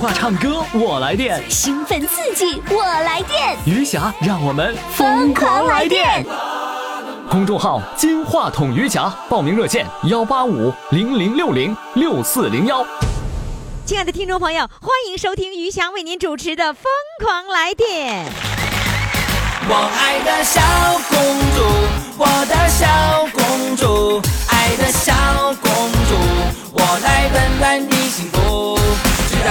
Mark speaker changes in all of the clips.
Speaker 1: 话唱歌我来电，
Speaker 2: 兴奋刺激，我来电，
Speaker 1: 余霞让我们疯狂来电。公众号“金话筒余霞”，报名热线：幺八五零零六零六四零幺。
Speaker 3: 亲爱的听众朋友，欢迎收听于翔为您主持的《疯狂来电》。
Speaker 4: 我爱的小公主，我的小公主，爱的小公主，我来温暖你幸福。知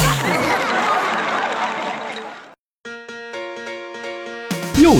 Speaker 1: 又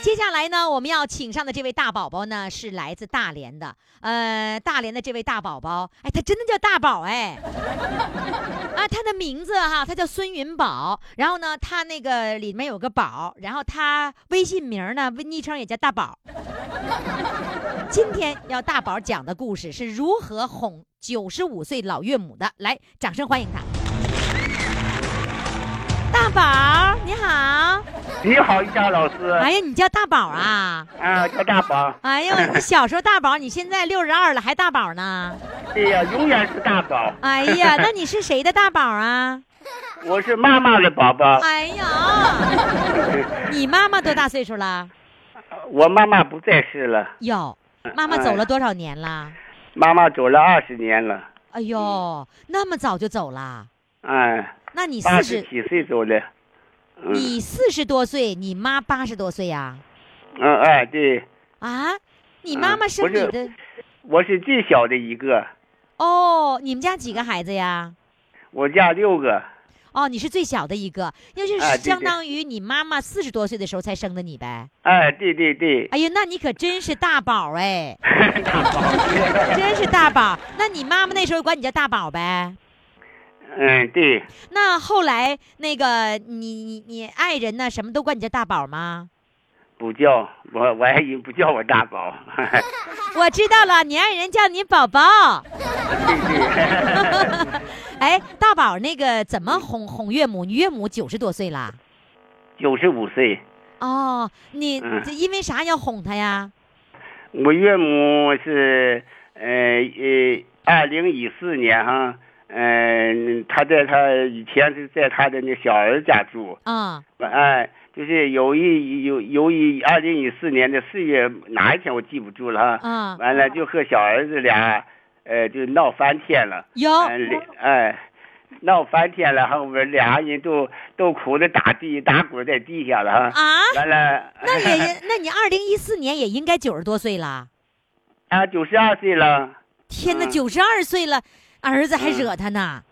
Speaker 3: 接下来呢，我们要请上的这位大宝宝呢，是来自大连的。呃，大连的这位大宝宝，哎，他真的叫大宝哎。啊，他的名字哈，他叫孙云宝。然后呢，他那个里面有个宝，然后他微信名呢，昵称也叫大宝。今天要大宝讲的故事是如何哄九十五岁老岳母的，来，掌声欢迎他。大宝，你好。
Speaker 5: 你好，一家老师。
Speaker 3: 哎呀，你叫大宝啊？
Speaker 5: 啊，叫大宝。
Speaker 3: 哎呦，你 小时候大宝，你现在六十二了还大宝呢？
Speaker 5: 对哎呀，永远是大宝。
Speaker 3: 哎呀，那 你是谁的大宝啊？
Speaker 5: 我是妈妈的宝宝。
Speaker 3: 哎呀，你妈妈多大岁数了？
Speaker 5: 我妈妈不在世了，
Speaker 3: 哟，嗯妈妈
Speaker 5: 哎
Speaker 3: 走了多少年了？
Speaker 5: 妈妈走了二十年了。
Speaker 3: 哎
Speaker 5: 嗯
Speaker 3: 呦，那么早就走了？
Speaker 5: 哎，
Speaker 3: 那你
Speaker 5: 八
Speaker 3: 四
Speaker 5: 十
Speaker 3: 十，
Speaker 5: 几岁走的。嗯
Speaker 3: 你四十多岁，你妈八十多岁呀、
Speaker 5: 嗯哎，对，
Speaker 3: 啊？你妈妈
Speaker 5: 嗯
Speaker 3: 生
Speaker 5: 不
Speaker 3: 你
Speaker 5: 是
Speaker 3: 的？
Speaker 5: 我是最小的一个，
Speaker 3: 哦，你们家几个孩子呀？
Speaker 5: 我家六个。
Speaker 3: 哦，你是最小的一个，那就
Speaker 5: 哎
Speaker 3: 是
Speaker 5: 对
Speaker 3: 相
Speaker 5: 对
Speaker 3: 当于你妈妈四十多岁的时候才生的你呗。
Speaker 5: 哎，对对对，
Speaker 3: 哎呀，那你可真是大宝哎，
Speaker 5: 大宝。
Speaker 3: 真是大宝。那你妈妈那时候管你叫大宝呗？
Speaker 5: 嗯，对，
Speaker 3: 那后来那个你你你爱人呢，什么都管你叫大宝吗？
Speaker 5: 不叫我，我还以为不叫我大宝。
Speaker 3: 我知道了，你爱人叫你宝 宝。哎，大宝，那个怎么哄哄岳母？你岳母九十多岁了。
Speaker 5: 九十五岁，
Speaker 3: 哦，你
Speaker 5: 嗯
Speaker 3: 这因为啥要哄她呀？
Speaker 5: 我岳母是，呃呃，二零一四年哈，嗯、她在她以前是在她的那小儿家住，
Speaker 3: 啊、
Speaker 5: 哎、就是由于由由于二零一四年的四月哪一天我记不住了哈，
Speaker 3: 啊、
Speaker 5: 完了就和小儿子俩，呃，就闹翻天了，
Speaker 3: 有
Speaker 5: 哎、哎、闹翻天了，后边俩人都都哭的打地打滚在地下了哈，
Speaker 3: 啊？
Speaker 5: 完了，哎
Speaker 3: 那也，那你二零一四年也应该九十多岁了。
Speaker 5: 啊，九十二岁了。
Speaker 3: 天哪，
Speaker 5: 嗯
Speaker 3: 九十二岁了，儿子还惹他呢。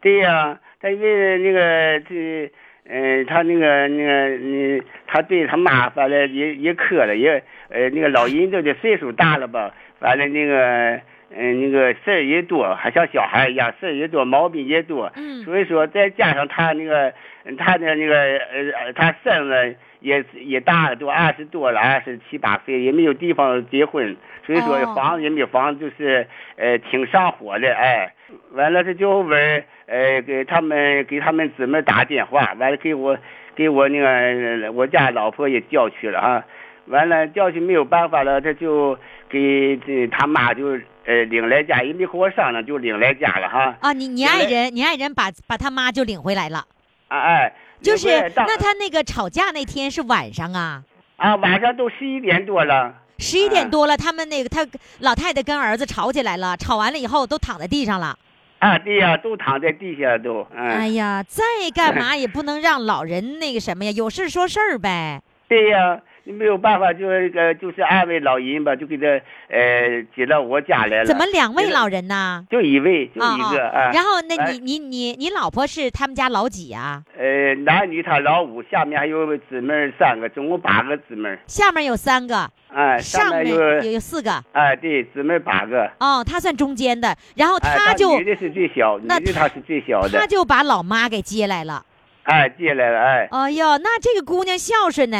Speaker 5: 对呀、他因为那个这，呃，他那个那个，嗯，他对他妈反正也也渴了，也呃那个老人都得岁数大了吧，完了那个，嗯、那个事儿也多，还像小孩一样，事儿也多，毛病也多，
Speaker 3: 嗯
Speaker 5: 所以说再加上他那个，他的那个呃，他孙子也也大了，都二十多了，二十七八岁，也没有地方结婚，所以说
Speaker 3: 哦
Speaker 5: 房子也没有房子，就是呃挺上火的，哎，完了这就问呃给他们给他们姊妹打电话，完了给我给我那个呃我家老婆也叫去了啊，完了叫去没有办法了，他就给这他妈就呃领来家，也没和我商量就领来家了哈、
Speaker 3: 啊，你你
Speaker 5: 原来
Speaker 3: 爱人，你爱人把把他妈就领回来了，
Speaker 5: 啊哎，
Speaker 3: 就是
Speaker 5: 领回来当
Speaker 3: 那他那个吵架那天是晚上啊，
Speaker 5: 啊晚上都十一点多了，
Speaker 3: 十一点
Speaker 5: 嗯
Speaker 3: 多了，他们那个他老太太跟儿子吵起来了，吵完了以后都躺在地上了。
Speaker 5: 啊对呀、都躺在地下都，嗯，
Speaker 3: 哎呀，再干嘛也不能让老人那个什么呀，有事说事儿呗。
Speaker 5: 对呀、没有办法，就是个就是二位老人吧，就给他呃接到我家来了。
Speaker 3: 怎么两位老人呢？
Speaker 5: 就一位，就一个
Speaker 3: 啊。
Speaker 5: 啊。
Speaker 3: 然后那
Speaker 5: 哎
Speaker 3: 你你你你老婆是他们家老几啊？
Speaker 5: 呃，男女他老五，下面还有姊妹儿三个，总共八个姊妹儿。
Speaker 3: 下面有三个，
Speaker 5: 哎，
Speaker 3: 上
Speaker 5: 面
Speaker 3: 面
Speaker 5: 有
Speaker 3: 有有四个。
Speaker 5: 哎，对，姊妹儿八个。
Speaker 3: 哦，他算中间的，然后
Speaker 5: 哎，
Speaker 3: 他就
Speaker 5: 女的是最小，女
Speaker 3: 那
Speaker 5: 的她是最小的
Speaker 3: 他。就把老妈给接来了。
Speaker 5: 哎，接来了，哎，
Speaker 3: 哎呦，那这个姑娘孝顺呢。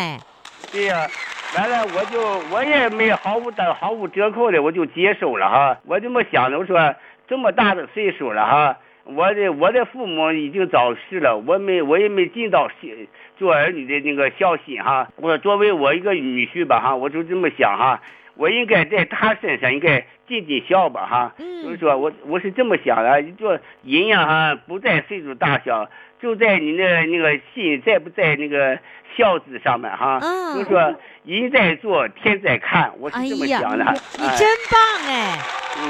Speaker 5: 对呀、完了，我就我也没毫无打毫无折扣的，我就接手了哈。我这么想的，我说这么大的岁数了哈，我的我的父母已经早逝了，我没我也没尽到孝做儿女的那个孝心哈。我说作为我一个女婿吧哈，我就这么想哈，我应该在他身上应该尽尽孝吧哈。
Speaker 3: 嗯
Speaker 5: 就是说我我是这么想的，做人呀哈，啊不在岁数大小，就在你的那个心在不在那个孝字上面哈。
Speaker 3: 嗯
Speaker 5: 就是说人在做，天在看，我是
Speaker 3: 哎
Speaker 5: 这么
Speaker 3: 呀
Speaker 5: 想的。
Speaker 3: 你
Speaker 5: 哎
Speaker 3: 真棒哎！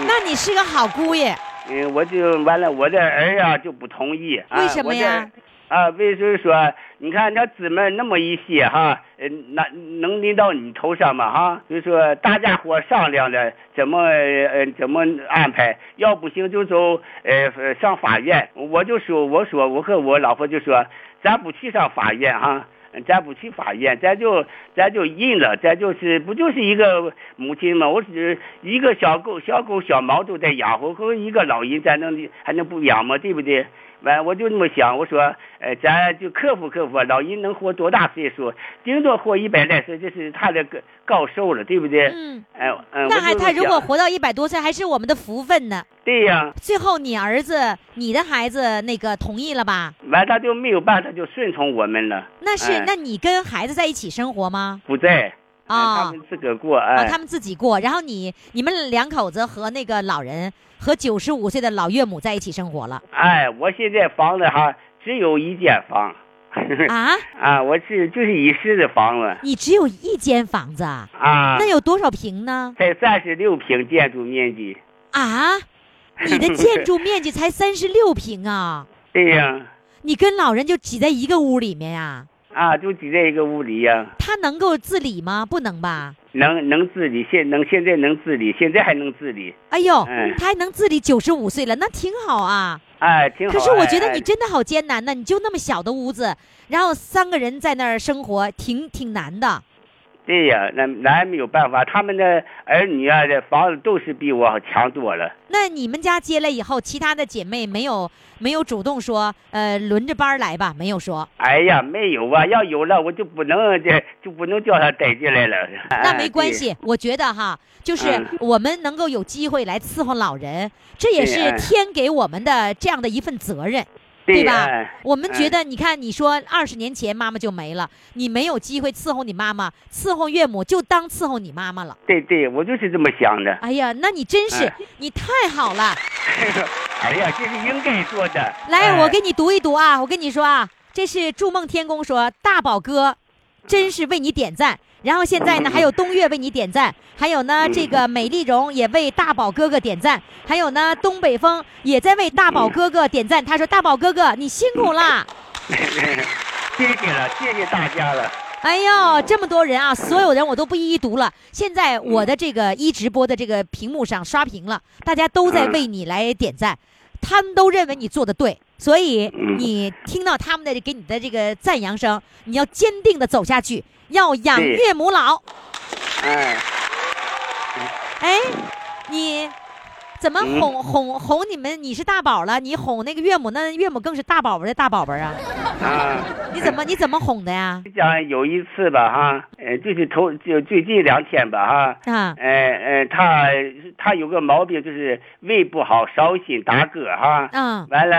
Speaker 3: 那你是个好姑爷，
Speaker 5: 嗯，我就完了，我的儿啊就不同意。啊、
Speaker 3: 为什么呀
Speaker 5: 我的？啊，为什么说？你看他姊妹那么一些哈，呃，那能拎到你头上吗？哈，所以说大家伙商量着怎么呃怎么安排，要不行就走呃呃上法院。我就说我说我和我老婆就说，咱不去上法院哈。咱不去法院，咱就咱就认了，咱就是不就是一个母亲嘛？我只一个小狗、小狗、小猫都在养活，和一个老人咱能还能不养吗？对不对？完，我就那么想，我说，呃，咱就克服克服，老人能活多大岁数？顶多活一百来岁，这是他的高高寿了，对不对？
Speaker 3: 嗯，
Speaker 5: 哎、嗯，
Speaker 3: 那
Speaker 5: 我
Speaker 3: 还
Speaker 5: 就
Speaker 3: 他如果
Speaker 5: 想
Speaker 3: 活到一百多岁，还是我们的福分呢。
Speaker 5: 对呀、
Speaker 3: 最后你儿子，你的孩子那个同意了吧？
Speaker 5: 完他就没有办法，他就顺从我们了。
Speaker 3: 那是，
Speaker 5: 哎
Speaker 3: 那你跟孩子在一起生活吗？
Speaker 5: 不在哎
Speaker 3: 啊
Speaker 5: 他们自个儿过，哎、
Speaker 3: 啊，他们自己过，然后你你们两口子和那个老人和九十五岁的老岳母在一起生活了
Speaker 5: 哎，我现在房子哈只有一间房，
Speaker 3: 啊？
Speaker 5: 啊，我是就是一室的房子
Speaker 3: 你只有一间房子啊？
Speaker 5: 啊
Speaker 3: 那，有多少平呢？
Speaker 5: 才三十六平建筑面积。
Speaker 3: 啊，你的建筑面积才三十六平啊！
Speaker 5: 对呀、
Speaker 3: 你跟老人就挤在一个屋里面呀、
Speaker 5: 啊，就挤在一个屋里呀、
Speaker 3: 他能够自理吗？不能吧？
Speaker 5: 能能自理，现能现在能自理，现在还能自理，
Speaker 3: 哎呦，
Speaker 5: 哎
Speaker 3: 他还能自理，九十五岁了，那挺好啊。
Speaker 5: 哎，挺好。
Speaker 3: 可是我觉得
Speaker 5: 哎
Speaker 3: 你真的好艰难呐、你就那么小的屋子，然后三个人在那儿生活，挺挺难的。
Speaker 5: 哎对呀、那那没有办法，他们的儿女啊，这房子都是比我强多了。
Speaker 3: 那你们家接了以后，其他的姐妹没有没有主动说，呃，轮着班儿来吧，没有说，
Speaker 5: 哎呀，没有啊，要有了我就不能这就不能叫他带进来了。
Speaker 3: 那没
Speaker 5: 哎
Speaker 3: 关。
Speaker 5: 对
Speaker 3: 系，我觉得哈，就是
Speaker 5: 嗯
Speaker 3: 我们能够有机会来伺候老人，这也
Speaker 5: 对
Speaker 3: 是
Speaker 5: 哎
Speaker 3: 天给我们的这样的一份责任，
Speaker 5: 对
Speaker 3: 吧
Speaker 5: 哎？
Speaker 3: 我们觉
Speaker 5: 哎
Speaker 3: 得，你看，你说二十年前妈妈就没了，你没有机会伺候你妈妈，伺候岳母，就当伺候你妈妈了。
Speaker 5: 对对，我就是这么想的。
Speaker 3: 哎呀，那你真是
Speaker 5: 哎，
Speaker 3: 你太好了！
Speaker 5: 哎呀，这是应该做的。
Speaker 3: 来，我
Speaker 5: 哎
Speaker 3: 给你读一读啊！我跟你说啊，这是筑梦天宫说大宝哥，真是为你点赞。然后现在呢，还有东岳为你点赞，还有呢，这个美丽荣也为大宝哥哥点赞，还有呢，东北风也在为大宝哥哥点赞。他说：“大宝哥哥，你辛苦啦！”
Speaker 5: 谢谢了，谢谢大家了。
Speaker 3: 哎呦，这么多人
Speaker 5: 嗯
Speaker 3: 啊，所有人我都不一一读了。现在我的这个一直播的这个屏幕上刷屏了，大家都在为你来点赞，
Speaker 5: 嗯
Speaker 3: 他们都认为你做的对，所以你听到他们的给你的这个赞扬声，你要坚定的走下去，要养
Speaker 5: 对
Speaker 3: 岳母老。
Speaker 5: 哎，
Speaker 3: 哎，你怎么
Speaker 5: 嗯
Speaker 3: 哄哄哄你们？你是大宝了，你哄那个岳母，那岳母更是大宝宝的大宝宝啊！
Speaker 5: 啊。
Speaker 3: 你怎么你怎么哄的呀？
Speaker 5: 讲有一次吧哈，呃，就是头就最近两天吧哈，
Speaker 3: 啊，
Speaker 5: 呃呃，他他有个毛病就是胃不好，烧心打嗝哈。
Speaker 6: 啊
Speaker 3: 嗯
Speaker 5: 完了，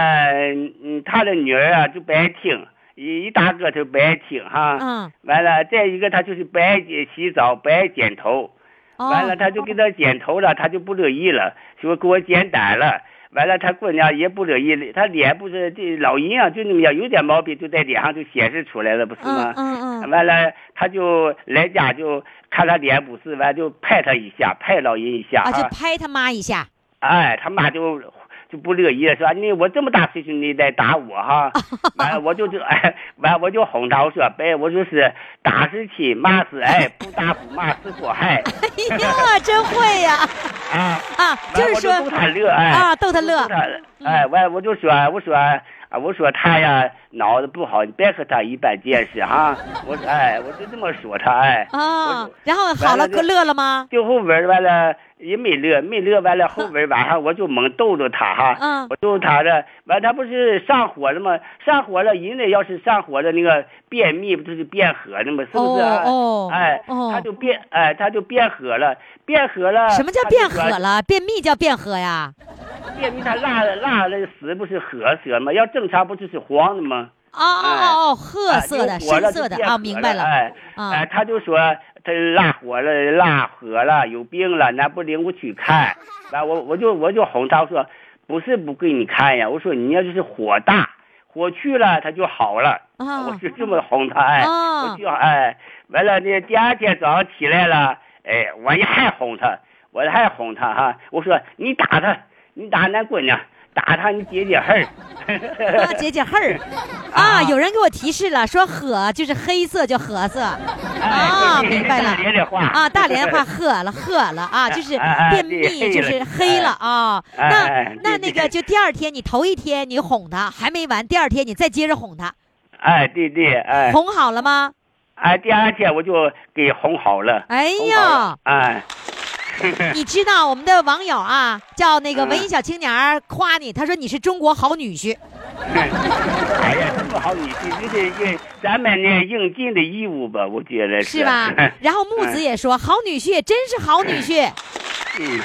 Speaker 5: 嗯，他的女儿啊就不爱听，一一打嗝他就不爱听哈。
Speaker 7: 啊
Speaker 3: 嗯，
Speaker 5: 完了，再一个他就是不爱洗澡，不爱剪头。
Speaker 3: 哦，
Speaker 5: 完了，他就给他剪头了，他就不乐意了，说给我剪短了。完了，他姑娘也不乐意，他脸不是这老人啊，就那么样，有点毛病就在脸上就显示出来了，不是
Speaker 3: 嗯
Speaker 5: 吗？
Speaker 3: 嗯嗯。
Speaker 5: 完了，他就来家就看他脸不啊是，完就拍他一下，拍老人一下
Speaker 3: 啊，就拍他妈一下。
Speaker 5: 哎，他妈就就不乐意了，说你我这么大岁数你得打我 哈，完了我就这哎，完了我就哄他，我说哎，我说是打是亲，骂是爱，不打不骂是祸 害，
Speaker 3: 哎呀，真会呀！
Speaker 5: 啊，
Speaker 3: 啊，就
Speaker 5: 完了
Speaker 3: 是
Speaker 5: 我
Speaker 3: 说
Speaker 5: 就逗他乐哎，
Speaker 3: 啊，逗他乐
Speaker 5: 逗。他哎，完了我就说我说啊，我说他呀脑子不好，你别和他一般见识哈，我说哎，我就这么说他哎，
Speaker 3: 啊
Speaker 5: 我就，
Speaker 3: 然后好了，
Speaker 5: 完了
Speaker 3: 哥
Speaker 5: 就
Speaker 3: 乐了吗？
Speaker 5: 最后文完了也没乐，没乐完了后文晚上我就猛逗着他哈，
Speaker 3: 哎嗯
Speaker 5: 我逗他的，完他不是上火了吗？上火了，人家要是上火了，那个便秘不就是变喝了吗？是不是、啊？
Speaker 3: 哦哦
Speaker 5: 哎，
Speaker 3: 哦
Speaker 5: 他就变哎，他就变喝了，变喝了。
Speaker 3: 什么叫
Speaker 5: 他就
Speaker 3: 变
Speaker 5: 说
Speaker 3: 喝？了？便秘叫变喝呀？
Speaker 5: 便秘他辣了辣了死不是褐色吗？要正常不就是黄的吗？
Speaker 3: 哦哦哦，褐
Speaker 5: 啊
Speaker 3: 色的、
Speaker 5: 有火了
Speaker 3: 深
Speaker 5: 就
Speaker 3: 色的
Speaker 5: 变
Speaker 3: 啊，
Speaker 5: 褐
Speaker 3: 明白了。
Speaker 5: 哎，
Speaker 3: 啊
Speaker 5: 哎，他就说他辣火了，辣火了，有病了，那不领我去看。完，我我就我就哄他我说，不是不给你看呀，我说你要就是火大，火去了他就好了。
Speaker 3: 啊
Speaker 5: 我是这么哄他，哎，
Speaker 3: 啊
Speaker 5: 我就哎，完了那第二天早上起来了，哎，我也还哄他，我还哄他哈、我说你打他，你打那姑娘，打他你解解恨儿。
Speaker 3: 啊， 解解恨儿啊！有人给我提示了，说褐就是黑色叫褐色啊，
Speaker 5: 对
Speaker 3: 明白了
Speaker 5: 大连的话
Speaker 3: 啊，大连话褐了褐了 啊，就是
Speaker 5: 哎哎
Speaker 3: 便
Speaker 5: 对
Speaker 3: 秘
Speaker 5: 黑
Speaker 3: 就是
Speaker 5: 了
Speaker 3: 黑了啊。
Speaker 5: 哎哎
Speaker 3: 那
Speaker 5: 哎
Speaker 3: 那
Speaker 5: 对
Speaker 3: 那个
Speaker 5: 对
Speaker 3: 就第二天你头一天你哄他还没完，第二天你再接着哄他，
Speaker 5: 哎，对对，哎，
Speaker 3: 哄好了吗？
Speaker 5: 哎，第二天我就给哄好了。
Speaker 3: 哎
Speaker 5: 哄好
Speaker 3: 呀
Speaker 5: 了，，哎，
Speaker 3: 你知道我们的网友啊，叫那个
Speaker 5: 嗯
Speaker 3: 文艺小青年儿夸你，他说你是中国好女 婿。
Speaker 5: 哎呀，这么好女婿，这得这咱们呢应尽的义务吧，我觉得？
Speaker 3: 是吧 然后木子也说，好女婿真是好女婿。
Speaker 5: 嗯，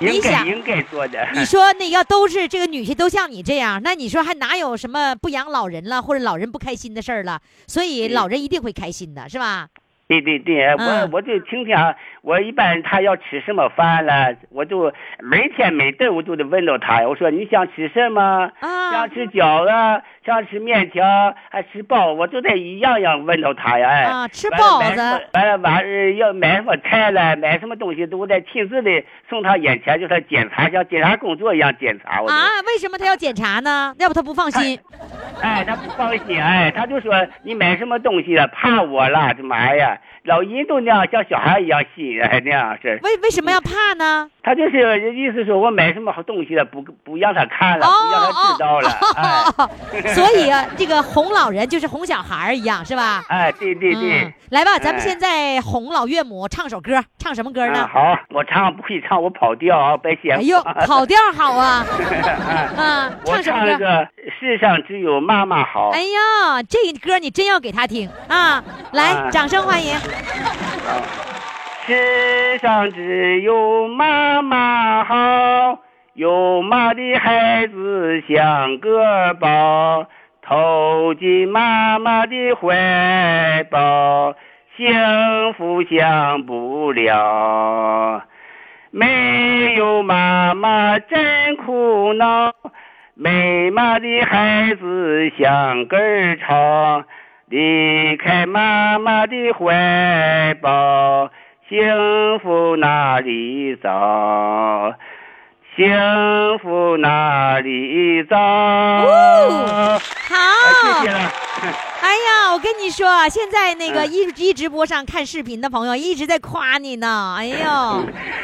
Speaker 3: 你
Speaker 5: 应该
Speaker 3: 想
Speaker 5: 应该做的。
Speaker 3: 你说那要都是这个女婿都像你这样，那你说还哪有什么不养老人了，或者老人不开心的事儿了？所以
Speaker 5: 嗯
Speaker 3: 老人一定会开心的，是吧？
Speaker 5: 对对对，我
Speaker 3: 嗯
Speaker 5: 我就听听啊，我一般他要吃什么饭了，我就每天每顿我就得问到他，我说你想吃什么？
Speaker 3: 啊
Speaker 5: 想吃饺子，想吃面条，还吃包，我就得一样样问到他呀。哎，
Speaker 3: 啊吃
Speaker 5: 完了
Speaker 3: 包
Speaker 5: 买
Speaker 3: 子
Speaker 5: 什么完了完了要买什么菜了，买什么东西都得亲自的送他眼前，就他检查，像检查工作一样检查。我就
Speaker 3: 啊，为什么他要检查呢？要不他不放心。
Speaker 5: 哎，他不放心，哎，他就说你买什么东西了，怕我了，这玩意儿，老人都那样，像小孩一样信，哎，那样是。
Speaker 3: 为为什么要怕呢？
Speaker 5: 他就是意思说我买什么好东西了，不不让他看了，不让他知道了，
Speaker 3: 哦
Speaker 5: 哎，
Speaker 3: 所以啊这个哄老人就是哄小孩儿一样，是吧？
Speaker 5: 哎，对对对。
Speaker 3: 嗯，来吧，咱们
Speaker 5: 哎
Speaker 3: 现在哄老岳母唱首歌，唱什么歌呢
Speaker 5: 嗯？好，我唱不会唱，我跑调啊，别嫌
Speaker 3: 哎呦， 跑调好啊！
Speaker 5: 哎
Speaker 3: 啊，
Speaker 5: 我
Speaker 3: 唱什
Speaker 5: 唱那
Speaker 3: 么歌？
Speaker 5: 个世上只有妈妈好。
Speaker 3: 哎呀，这歌你真要给他听啊！来，
Speaker 5: 哎
Speaker 3: 掌声欢迎！
Speaker 5: 啊世上只有妈妈好，有妈的孩子像个宝，投进妈妈的怀抱，幸福享不了。没有妈妈真苦恼，没妈的孩子像根草，离开妈妈的怀抱，幸福哪里找？幸福哪里找？
Speaker 3: 哦
Speaker 5: 啊哎
Speaker 3: 好
Speaker 5: 谢谢， 了。
Speaker 3: 哎呀，我跟你说，现在那个
Speaker 5: 嗯
Speaker 3: 一一直播上看视频的朋友一直在夸你呢。哎呦，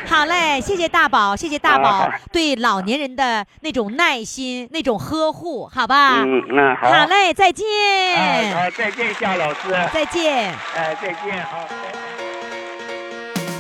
Speaker 3: 好嘞，谢谢大宝，谢谢大宝
Speaker 5: 嗯啊
Speaker 3: 对老年人的那种耐心、那种呵护，好吧？
Speaker 5: 嗯嗯，好。
Speaker 3: 好嘞，再见，
Speaker 5: 哎好，再见，夏老师。
Speaker 3: 再见。
Speaker 5: 哎，再见，好。再见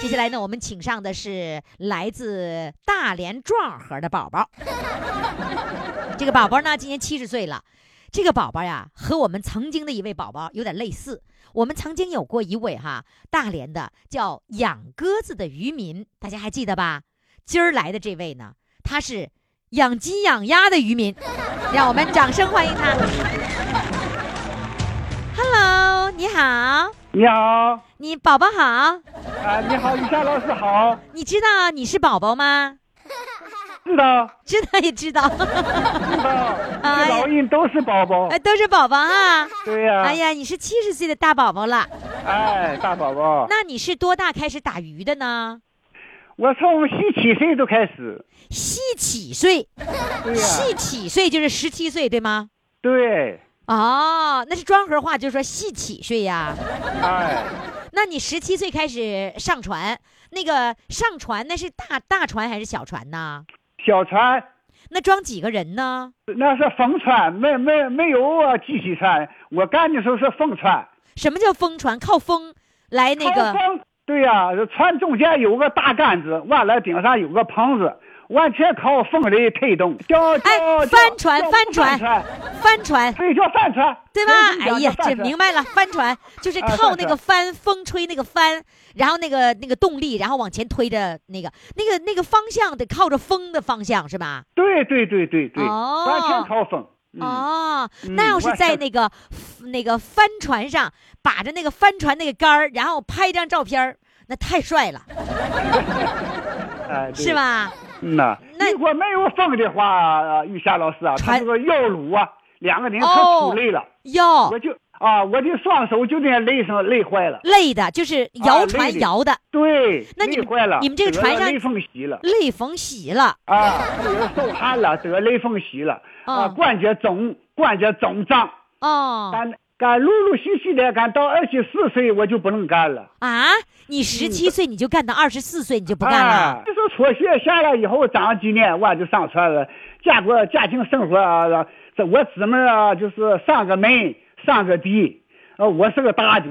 Speaker 3: 接下来呢，我们请上的是来自大连壮河的宝宝。这个宝宝呢，今年七十岁了。这个宝宝呀，和我们曾经的一位宝宝有点类似。我们曾经有过一位哈大连的叫养鸽子的渔民，大家还记得吧？今儿来的这位呢，他是养鸡养鸭的渔民，让我们掌声欢迎他。 Hello，你好，
Speaker 8: 你好，
Speaker 3: 你宝宝好，
Speaker 8: 啊，你好，雨夏老师好，
Speaker 3: 你知道你是宝宝吗？
Speaker 8: 知道
Speaker 3: 知道也知道，
Speaker 8: 知道，
Speaker 3: 哎呀
Speaker 8: 这老人都是宝宝，
Speaker 3: 哎，都是宝宝啊。
Speaker 8: 对呀、
Speaker 3: 哎呀，你是七十岁的大宝宝了，
Speaker 8: 哎，大宝宝，
Speaker 3: 那你是多大开始打鱼的呢？
Speaker 8: 我从十七岁就开始，
Speaker 3: 细几岁？
Speaker 8: 对呀、
Speaker 3: 细几岁就是十七岁，对吗？
Speaker 8: 对，
Speaker 3: 哦，那是庄河话，就是说细几岁呀。
Speaker 8: 哎，
Speaker 3: 那你十七岁开始上船，那个上船那是大大船还是小船呢？
Speaker 8: 小船
Speaker 3: 那装几个人呢？
Speaker 8: 那是风船，没没没有啊，机器船，我干的时候是风船，
Speaker 3: 什么叫风船？靠风来那
Speaker 8: 靠
Speaker 3: 个
Speaker 8: 风，对呀、船中间有个大杆子，完了顶上有个棚子。完全靠风来推动，叫叫
Speaker 3: 哎，
Speaker 8: 叫
Speaker 3: 帆船
Speaker 8: 叫，
Speaker 3: 帆船
Speaker 8: 船，，
Speaker 3: 帆船，
Speaker 8: 对，叫帆船，
Speaker 3: 对吧？
Speaker 8: 人家
Speaker 3: 哎呀，
Speaker 8: 叫
Speaker 3: 这
Speaker 8: 帆船
Speaker 3: 明白了，帆船就是
Speaker 8: 啊
Speaker 3: 靠
Speaker 8: 帆
Speaker 3: 那
Speaker 8: 船
Speaker 3: 个帆，风吹那个帆，然后那个那个动力，然后往前推着那个那个那个方向得靠着风的方向是吧？
Speaker 8: 对对对对对，
Speaker 3: 哦
Speaker 8: 完全靠风。嗯、
Speaker 3: 哦，
Speaker 8: 嗯
Speaker 3: 那要是
Speaker 8: 我
Speaker 3: 在
Speaker 8: 想
Speaker 3: 那个那个帆船上把着那个帆船那个杆儿，然后拍一张照片儿那太帅 了，
Speaker 8: 哎，对
Speaker 3: 是？吧？
Speaker 8: 嗯呐，
Speaker 3: 那
Speaker 8: 如果没有风的话，呃玉霞老师啊，
Speaker 3: 船
Speaker 8: 他这个腰乳啊，两个人可
Speaker 3: 哦
Speaker 8: 出累了，
Speaker 3: 哟
Speaker 8: 我，就啊，我的双手就这样累上累坏了。
Speaker 3: 累的，就是
Speaker 8: 啊
Speaker 3: 摇
Speaker 8: 累
Speaker 3: 船
Speaker 8: 的
Speaker 3: 摇的，
Speaker 8: 对，
Speaker 3: 那你
Speaker 8: 累
Speaker 3: 们
Speaker 8: 坏了，
Speaker 3: 你们这个
Speaker 8: 得
Speaker 3: 船
Speaker 8: 了
Speaker 3: 上
Speaker 8: 累风袭了
Speaker 3: 累逢喜了。
Speaker 8: 啊，还有受寒了，得类风袭了啊，
Speaker 3: 嗯
Speaker 8: 关节肿，关节肿胀，
Speaker 3: 哦
Speaker 8: 俺俺陆陆续续的，俺到二十四岁我就不能干了。嗯
Speaker 3: 啊，你十七岁你就干到二十四岁，你就不干了。
Speaker 8: 啊，就是辍学下来以后，长几年我就上船了，家国家庭生活啊，这我姊妹啊，就是上个门上个地，呃，我是个大的，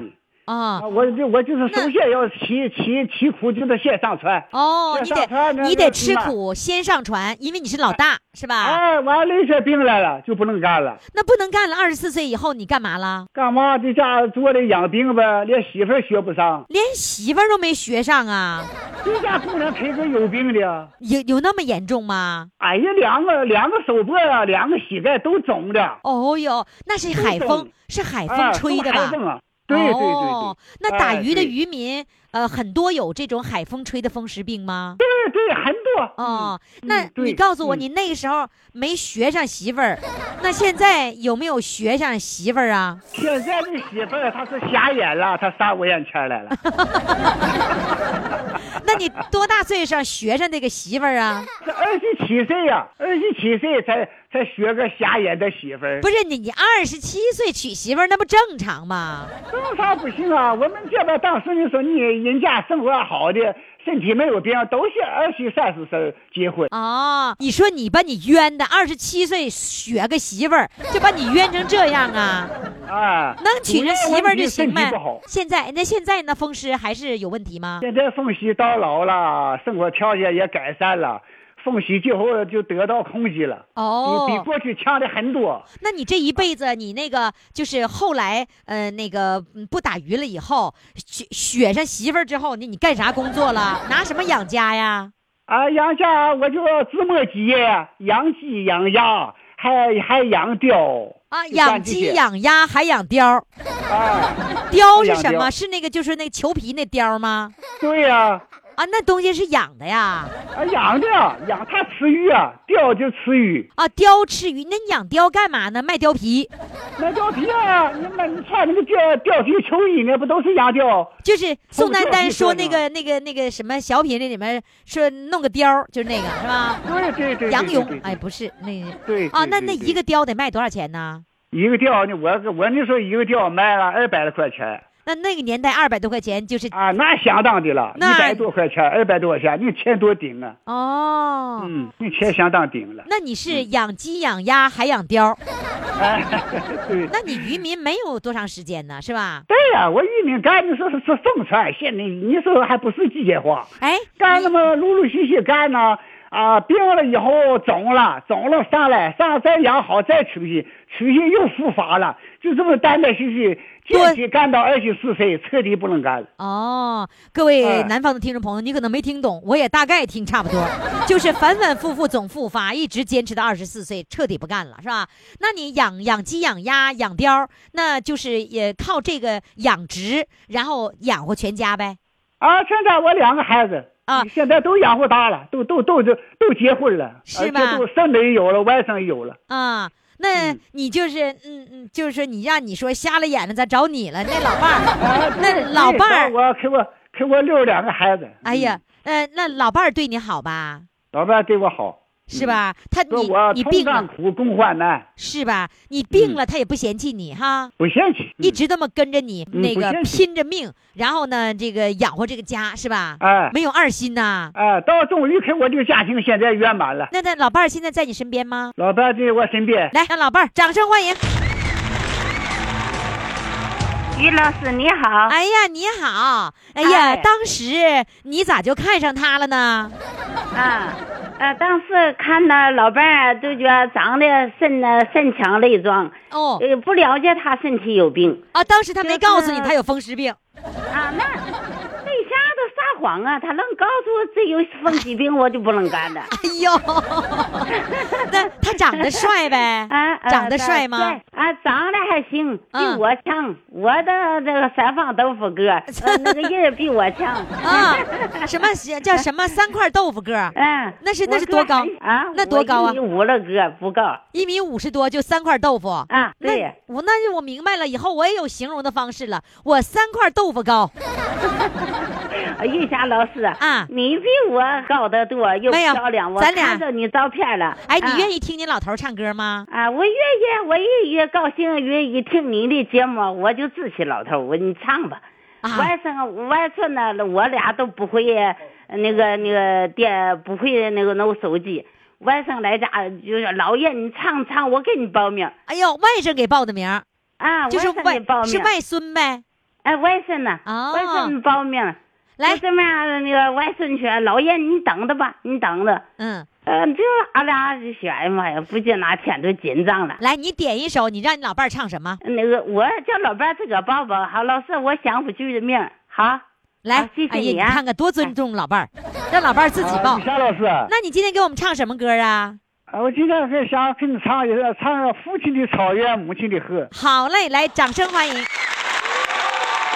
Speaker 3: 啊
Speaker 8: 啊，我就我就是
Speaker 3: 那
Speaker 8: 首先要吃吃吃苦，就是先上船。
Speaker 3: 哦，
Speaker 8: 这
Speaker 3: 你
Speaker 8: 上船
Speaker 3: 得
Speaker 8: 那
Speaker 3: 你
Speaker 8: 那
Speaker 3: 得吃
Speaker 8: 那
Speaker 3: 苦，先上船，因为你是老大，是吧？
Speaker 8: 哎，完了一些病来了就不能干了，
Speaker 3: 那不能干了，二十四岁以后你干嘛了？
Speaker 8: 干嘛在家坐着养病呗，连媳妇儿学不上，
Speaker 3: 连媳妇儿都没学上啊？
Speaker 8: 在家姑娘陪着有病的，
Speaker 3: 有有那么严重吗？
Speaker 8: 哎呀，两个两个手脖啊，两个膝盖都肿的，
Speaker 3: 哦哟，那是海
Speaker 8: 懂
Speaker 3: 风，是海
Speaker 8: 哎
Speaker 3: 风吹
Speaker 8: 都
Speaker 3: 的
Speaker 8: 癌
Speaker 3: 吧？
Speaker 8: 症啊，对对对对
Speaker 3: 哦。，那打
Speaker 8: 哎
Speaker 3: 鱼的
Speaker 8: 对
Speaker 3: 渔民，呃，很多有这种海风吹的风湿病吗？
Speaker 8: 对对，很多。
Speaker 3: 哦，
Speaker 8: 嗯
Speaker 3: 那
Speaker 8: 对
Speaker 3: 你告诉我，
Speaker 8: 嗯
Speaker 3: 你那个时候没学上媳妇儿，那现在有没有学上媳妇儿啊？
Speaker 8: 现在的媳妇儿她是瞎眼了，她上我眼前来了。
Speaker 3: 那你多大岁数上学上这个媳妇儿啊？
Speaker 8: 这二十七岁呀、呃二十七岁才才学个瞎眼的媳妇儿
Speaker 3: 不，是你，你二十七岁娶媳妇儿，那不正常吗？
Speaker 8: 正常不行啊。我们这边当时你说你人家生活好的，身体没有病，都是二十三十岁结婚。
Speaker 3: 哦，你说你把你冤的，二十七岁学个媳妇儿，就把你冤成这样啊？
Speaker 8: 啊，
Speaker 3: 能娶上媳妇儿就行
Speaker 8: 呗
Speaker 3: 呗。。现在那现在那风湿还是有问题吗？
Speaker 8: 现在凤喜到老了，生活条件也改善了，凤喜今后就得到控制了，
Speaker 3: 哦，
Speaker 8: 比比过去强的很多。
Speaker 3: 那你这一辈子，你那个就是后来，呃，那个嗯不打鱼了以后，雪雪上媳妇儿之后，你你干啥工作了？拿什么养家呀？
Speaker 8: 啊，养家我就自摸鸡，养鸡养鸭，还还养貂
Speaker 3: 啊，
Speaker 8: 就
Speaker 3: 养
Speaker 8: 干这
Speaker 3: 鸡、
Speaker 8: 些
Speaker 3: 养鸭，还养貂儿。
Speaker 8: 啊，
Speaker 3: 貂是什
Speaker 8: 养
Speaker 3: 么？
Speaker 8: 貂
Speaker 3: 是那个就是那个裘皮那貂吗？
Speaker 8: 对呀、
Speaker 3: 啊，那东西是养的呀。
Speaker 8: 啊，养的养它吃鱼啊，貂就吃鱼，
Speaker 3: 啊，貂吃鱼，那你养貂干嘛呢？卖貂皮，
Speaker 8: 那貂皮啊，你买你穿那个貂貂皮秋衣呢，不都是养貂？
Speaker 3: 就是宋
Speaker 8: 不
Speaker 3: 丹
Speaker 8: 是
Speaker 3: 丹
Speaker 8: 你
Speaker 3: 说
Speaker 8: 说
Speaker 3: 那
Speaker 8: 呢
Speaker 3: 个那个那个什么小品里里面说弄个貂儿，就是那个是吧？
Speaker 8: 对对对，
Speaker 3: 羊
Speaker 8: 对
Speaker 3: 绒，哎，，不是那个。
Speaker 8: 对对对
Speaker 3: 啊，那那
Speaker 8: 对
Speaker 3: 一个貂得卖多少钱呢？
Speaker 8: 一个貂呢，我我那时候一个貂卖了二百来块钱
Speaker 3: 那那个年代二百多块钱就是
Speaker 8: 啊，那相当的了，一
Speaker 3: 那
Speaker 8: 百多块钱，二百多块钱，你钱多顶啊，
Speaker 3: 哦。
Speaker 8: 嗯，你钱相当顶了，
Speaker 3: 那你是养鸡、养鸭还养貂儿，
Speaker 8: 哎，对。
Speaker 3: 那你渔民没有多长时间呢，是吧？
Speaker 8: 对呀、我玉米干的时候是风川，现在你说还不是季节化，
Speaker 3: 哎，
Speaker 8: 干那么陆陆续续干呢，
Speaker 9: 啊，病了以后肿了，肿了上来，上来再养好，再出去，出去又复发了，就这么断断续续，
Speaker 3: 对
Speaker 9: 坚持干到二十四岁，彻底不能干了。
Speaker 3: 哦，各位
Speaker 9: 哎
Speaker 3: 南方的听众朋友，你可能没听懂，我也大概听差不多，就是反反复复总复发，一直坚持到二十四岁，彻底不干了，是吧？那你养养鸡、养鸭、养貂儿，那就是也靠这个养殖，然后养活全家呗。
Speaker 9: 啊，现在我两个孩子
Speaker 3: 啊
Speaker 9: 现在都养活大了，都都都都都结婚了，
Speaker 3: 是
Speaker 9: 而且
Speaker 3: 吧
Speaker 9: 都孙子也有了，外甥也有了。
Speaker 3: 啊、那你就是，嗯嗯，就是说你让你说瞎了眼了，咱找你了，那老伴儿，那老伴
Speaker 9: 那时
Speaker 3: 儿，
Speaker 9: 候我哎给我给我遛两个孩子，
Speaker 3: 哎呀，呃，那老伴儿对你好吧，
Speaker 9: 老伴儿对我好，
Speaker 3: 是吧？他
Speaker 9: 嗯说
Speaker 3: 你
Speaker 9: 我
Speaker 3: 你
Speaker 9: 同
Speaker 3: 病了
Speaker 9: 甘苦，共患难，嗯
Speaker 3: 是吧？你病了他也不嫌弃你哈，
Speaker 9: 不嫌弃。
Speaker 3: 一直这么跟着你，
Speaker 9: 嗯
Speaker 3: 那
Speaker 9: 不
Speaker 3: 个
Speaker 9: 嫌弃
Speaker 3: 拼着命，然后呢，这个养活这个家是吧？
Speaker 9: 哎
Speaker 3: 没有二心呐。
Speaker 9: 哎，到终于给我这个家庭现在圆满了。
Speaker 3: 那那老伴儿现在在你身边吗？
Speaker 9: 老伴儿在我身边，
Speaker 3: 来，让老伴儿掌声欢迎。
Speaker 10: 于老师你好，
Speaker 3: 哎呀，你好！哎呀，
Speaker 10: 哎
Speaker 3: 当时你咋就看上他了呢？
Speaker 10: 啊，呃，当时看到老伴儿就觉得长得身呢身强力壮，
Speaker 3: 哦
Speaker 10: 呃，不了解他身体有病
Speaker 3: 啊，当时他没
Speaker 10: 就是
Speaker 3: 告诉你他有风湿病。
Speaker 10: 啊，那那下都撒谎啊，他能告诉我这有风疾病，我就不能干 的。
Speaker 3: 哎呦，那他长得帅呗？
Speaker 10: 啊，呃
Speaker 3: 长得帅吗
Speaker 10: 帅？啊，长得还行，比
Speaker 3: 嗯
Speaker 10: 我强。我的这个三方豆腐哥，呃那个人儿比我强。
Speaker 3: 啊，什么叫什么三块豆腐个儿？
Speaker 10: 嗯，
Speaker 3: 那是那是
Speaker 10: 我
Speaker 3: 多
Speaker 10: 个
Speaker 3: 高
Speaker 10: 很啊？
Speaker 3: 那多高啊
Speaker 10: 我一米五了，哥不高
Speaker 3: 一米五十多就三块豆腐
Speaker 10: 啊。
Speaker 3: 那
Speaker 10: 对，
Speaker 3: 我那就我明白了，以后我也有形容的方式了。我三块豆腐高，
Speaker 10: 呃玉霞老师
Speaker 3: 啊
Speaker 10: 你比我高得多，又
Speaker 3: 没有
Speaker 10: 漂亮。我
Speaker 3: 咱俩
Speaker 10: 看着你照片了。啊
Speaker 3: 哎，你愿
Speaker 10: 意？
Speaker 3: 意听你老头儿唱歌吗？
Speaker 10: 啊，我越越我越越高兴，越一听你的节目，我就支持老头儿，我你唱吧。
Speaker 3: 啊，
Speaker 10: 外甥外甥呢，我俩都不会呃那个那个电，不会那个弄手机。外甥来家就是老爷，你唱唱，我给你报名
Speaker 3: 哎呦，外甥给报的名儿，
Speaker 10: 啊。
Speaker 3: 就是
Speaker 10: 外甥
Speaker 3: 外
Speaker 10: 给报
Speaker 3: 是
Speaker 10: 名，
Speaker 3: 外孙呗。
Speaker 10: 哎，外甥呢？
Speaker 3: 哦
Speaker 10: 外甥报名。
Speaker 3: 来
Speaker 10: 就这么样，那个外孙去，老爷你等着吧，你等着。
Speaker 3: 嗯，
Speaker 10: 呃，这俺俩就选，哎呀妈呀，不就拿钱都紧张了。呃
Speaker 3: 来，你点一首，你让你老伴儿唱什么？
Speaker 10: 那个我叫老伴儿自个儿报吧。好，老师，我想不去的命儿。好，
Speaker 3: 来，
Speaker 10: 好谢谢
Speaker 3: 哎呀，
Speaker 10: 你
Speaker 3: 你
Speaker 10: 啊哎
Speaker 3: 看看多尊重老伴儿，让老伴儿自己报
Speaker 9: 啊。夏老师，啊，
Speaker 3: 那你今天给我们唱什么歌啊？
Speaker 9: 我今天是想给你唱一个唱《父亲的草原，母亲的河》。
Speaker 3: 好嘞，来，掌声欢迎。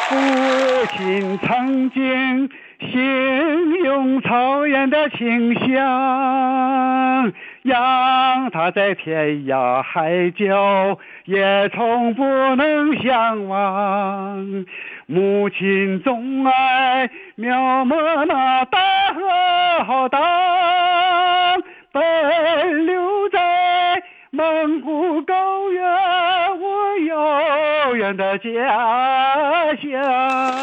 Speaker 9: 父亲曾经形容草原的清香，让他在天涯海角也从不能相忘。母亲钟爱描摹那大河浩荡，奔流在蒙古高原，我遥远的家乡。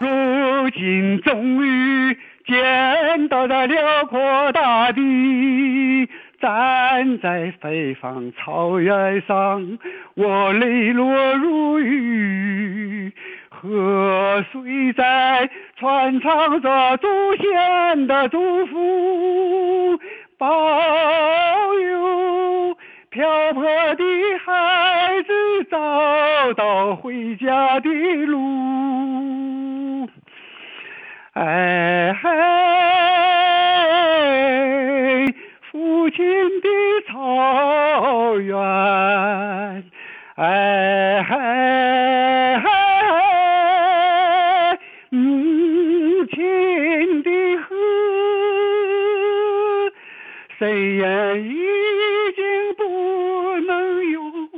Speaker 9: 如今终于见到这辽阔大地，站在北方草原上，我泪落如雨。
Speaker 3: 嗯
Speaker 9: 河水在传唱着祖先的祝福，保佑漂泊的孩子找到回家的路。哎嘿，父亲的草原，哎嘿嘿，母亲的河，谁也已经不能用，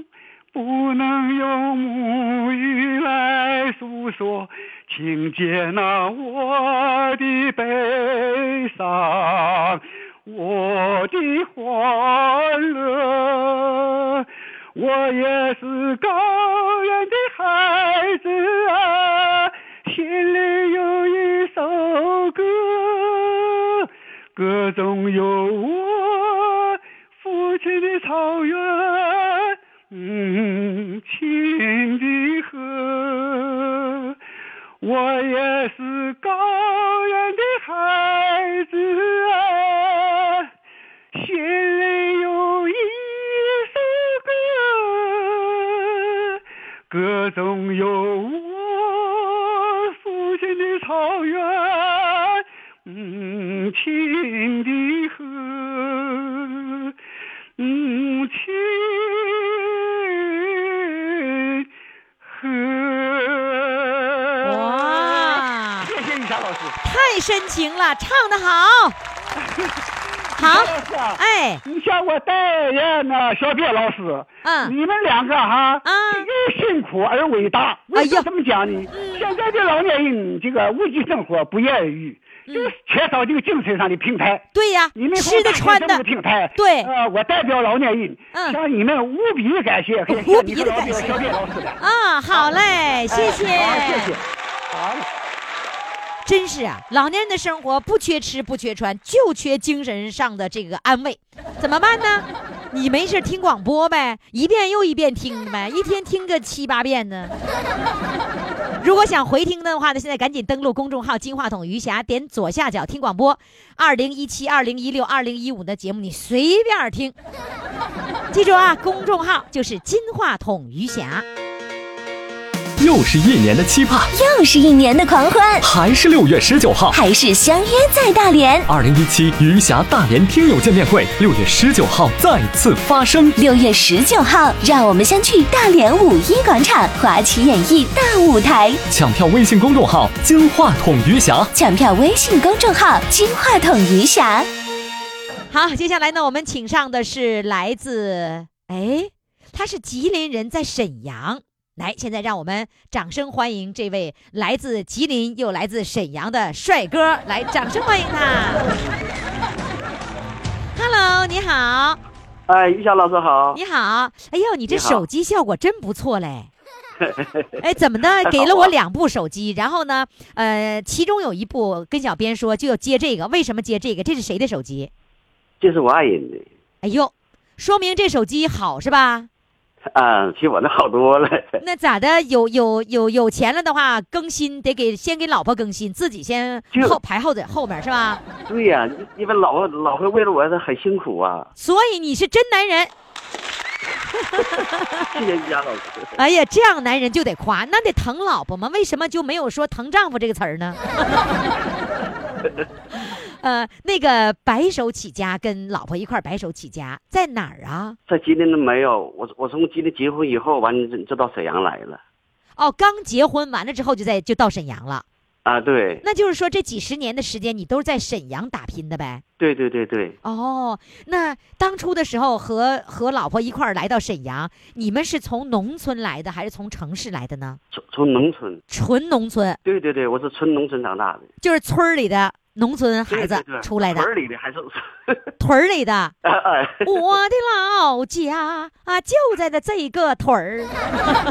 Speaker 9: 不能用母语来诉说，请接纳我的悲伤，我的欢乐。我也是高原的孩子啊，心里有一首歌，歌中有我父亲的草原，母亲的河。我也是高原的孩子啊，心里有一首歌，歌中有我父亲的草原，母亲的河，母亲河。
Speaker 3: 哇，
Speaker 9: 谢谢雨霞老师。
Speaker 3: 太深情了，唱的 好，好， 哎，
Speaker 9: 啊你像我代言呢，小别老师，
Speaker 3: 嗯
Speaker 9: 你们两个哈，
Speaker 3: 啊
Speaker 9: 又辛苦而伟大。为什
Speaker 3: 哎呀
Speaker 9: 么这么讲呢？啊现在的老年人这个物质生活不言而喻，就是缺少这个精神上的平台。
Speaker 3: 嗯对呀
Speaker 9: 你们，
Speaker 3: 吃的
Speaker 9: 给我
Speaker 3: 穿
Speaker 9: 带来这么
Speaker 3: 的
Speaker 9: 个，平台，
Speaker 3: 对
Speaker 9: 呃，我代表老年人，
Speaker 3: 嗯
Speaker 9: 向你们无比的感谢，也
Speaker 3: 无
Speaker 9: 向
Speaker 3: 比
Speaker 9: 你
Speaker 3: 地
Speaker 9: 们老
Speaker 3: 感
Speaker 9: 表
Speaker 3: 谢
Speaker 9: 小别老师的，
Speaker 3: 啊，好嘞，谢谢，
Speaker 9: 哎好谢谢，好嘞。
Speaker 3: 真是啊，老年人的生活不缺吃不缺穿，就缺精神上的这个安慰，怎么办呢？你没事听广播呗，一遍又一遍听呗，一天听个七八遍呢。如果想回听的话呢，现在赶紧登录公众号“金话筒余霞”，点左下角听广播，二零一七、二零一六、二零一五的节目你随便听。记住啊，公众号就是“金话筒余霞”。
Speaker 1: 又是一年的期盼，
Speaker 2: 又是一年的狂欢，
Speaker 1: 还是六月十九号。
Speaker 2: 还是相约在大连。
Speaker 1: 二零一七余霞大连听友见面会，六月十九号再次发生。
Speaker 2: 六月十九号，让我们相聚大连五一广场华旗演艺大舞台，
Speaker 1: 抢票微信公众号“金话筒余霞
Speaker 2: 抢票微信公众号“金话筒余霞
Speaker 3: 好，接下来呢，我们请上的是来自，哎，他是吉林人，在沈阳。来，现在让我们掌声欢迎这位来自吉林又来自沈阳的帅哥，来，掌声欢迎 他。Hello，你好，
Speaker 11: 哎，于霞老师好。
Speaker 3: 你好，哎呦，你这
Speaker 11: 你好
Speaker 3: 手机效果真不错嘞。哎，怎 么的？
Speaker 11: 好
Speaker 3: 给了我
Speaker 11: 啊
Speaker 3: 两部手机，然后呢，呃，其中有一部跟小编说就要接这个，为什么接这个？这是谁的手机？
Speaker 11: 这是我爱人的，
Speaker 3: 哎呦，说明这手机好是吧？
Speaker 11: 啊，比我那好多了。
Speaker 3: 那咋的？有有有有钱了的话，更新得给先给老婆更新，自己先
Speaker 11: 就
Speaker 3: 后排后在后面是吧？
Speaker 11: 对呀、因为老婆老婆为了我，她很辛苦 啊。
Speaker 3: 所以你是真男人，
Speaker 11: 谢谢于霞老师。
Speaker 3: 哎呀，这样男人就得夸，那得疼老婆吗？为什么就没有说疼丈夫这个词儿呢？ 呃，那个白手起家，跟老婆一块儿白手起家，在哪儿啊？
Speaker 11: 在吉林都没有，我我从吉林结婚以后，完了就就到沈阳来了。
Speaker 3: 哦，刚结婚完了之后就在就到沈阳了，
Speaker 11: 啊，对，
Speaker 3: 那就是说这几十年的时间你都是在沈阳打拼的呗？
Speaker 11: 对对对对，
Speaker 3: 哦，那当初的时候和和老婆一块儿来到沈阳，你们是从农村来的还是从城市来的呢？
Speaker 11: 从从农村，
Speaker 3: 纯农村，
Speaker 11: 对对对，我是纯农村长大的，
Speaker 3: 就是村儿里的农村孩
Speaker 11: 对
Speaker 3: 子
Speaker 11: 对对
Speaker 3: 出来的，
Speaker 11: 屯儿里的还是，
Speaker 3: 屯儿里的。
Speaker 11: 哎哎，
Speaker 3: 我的老家啊，就在这这个屯儿，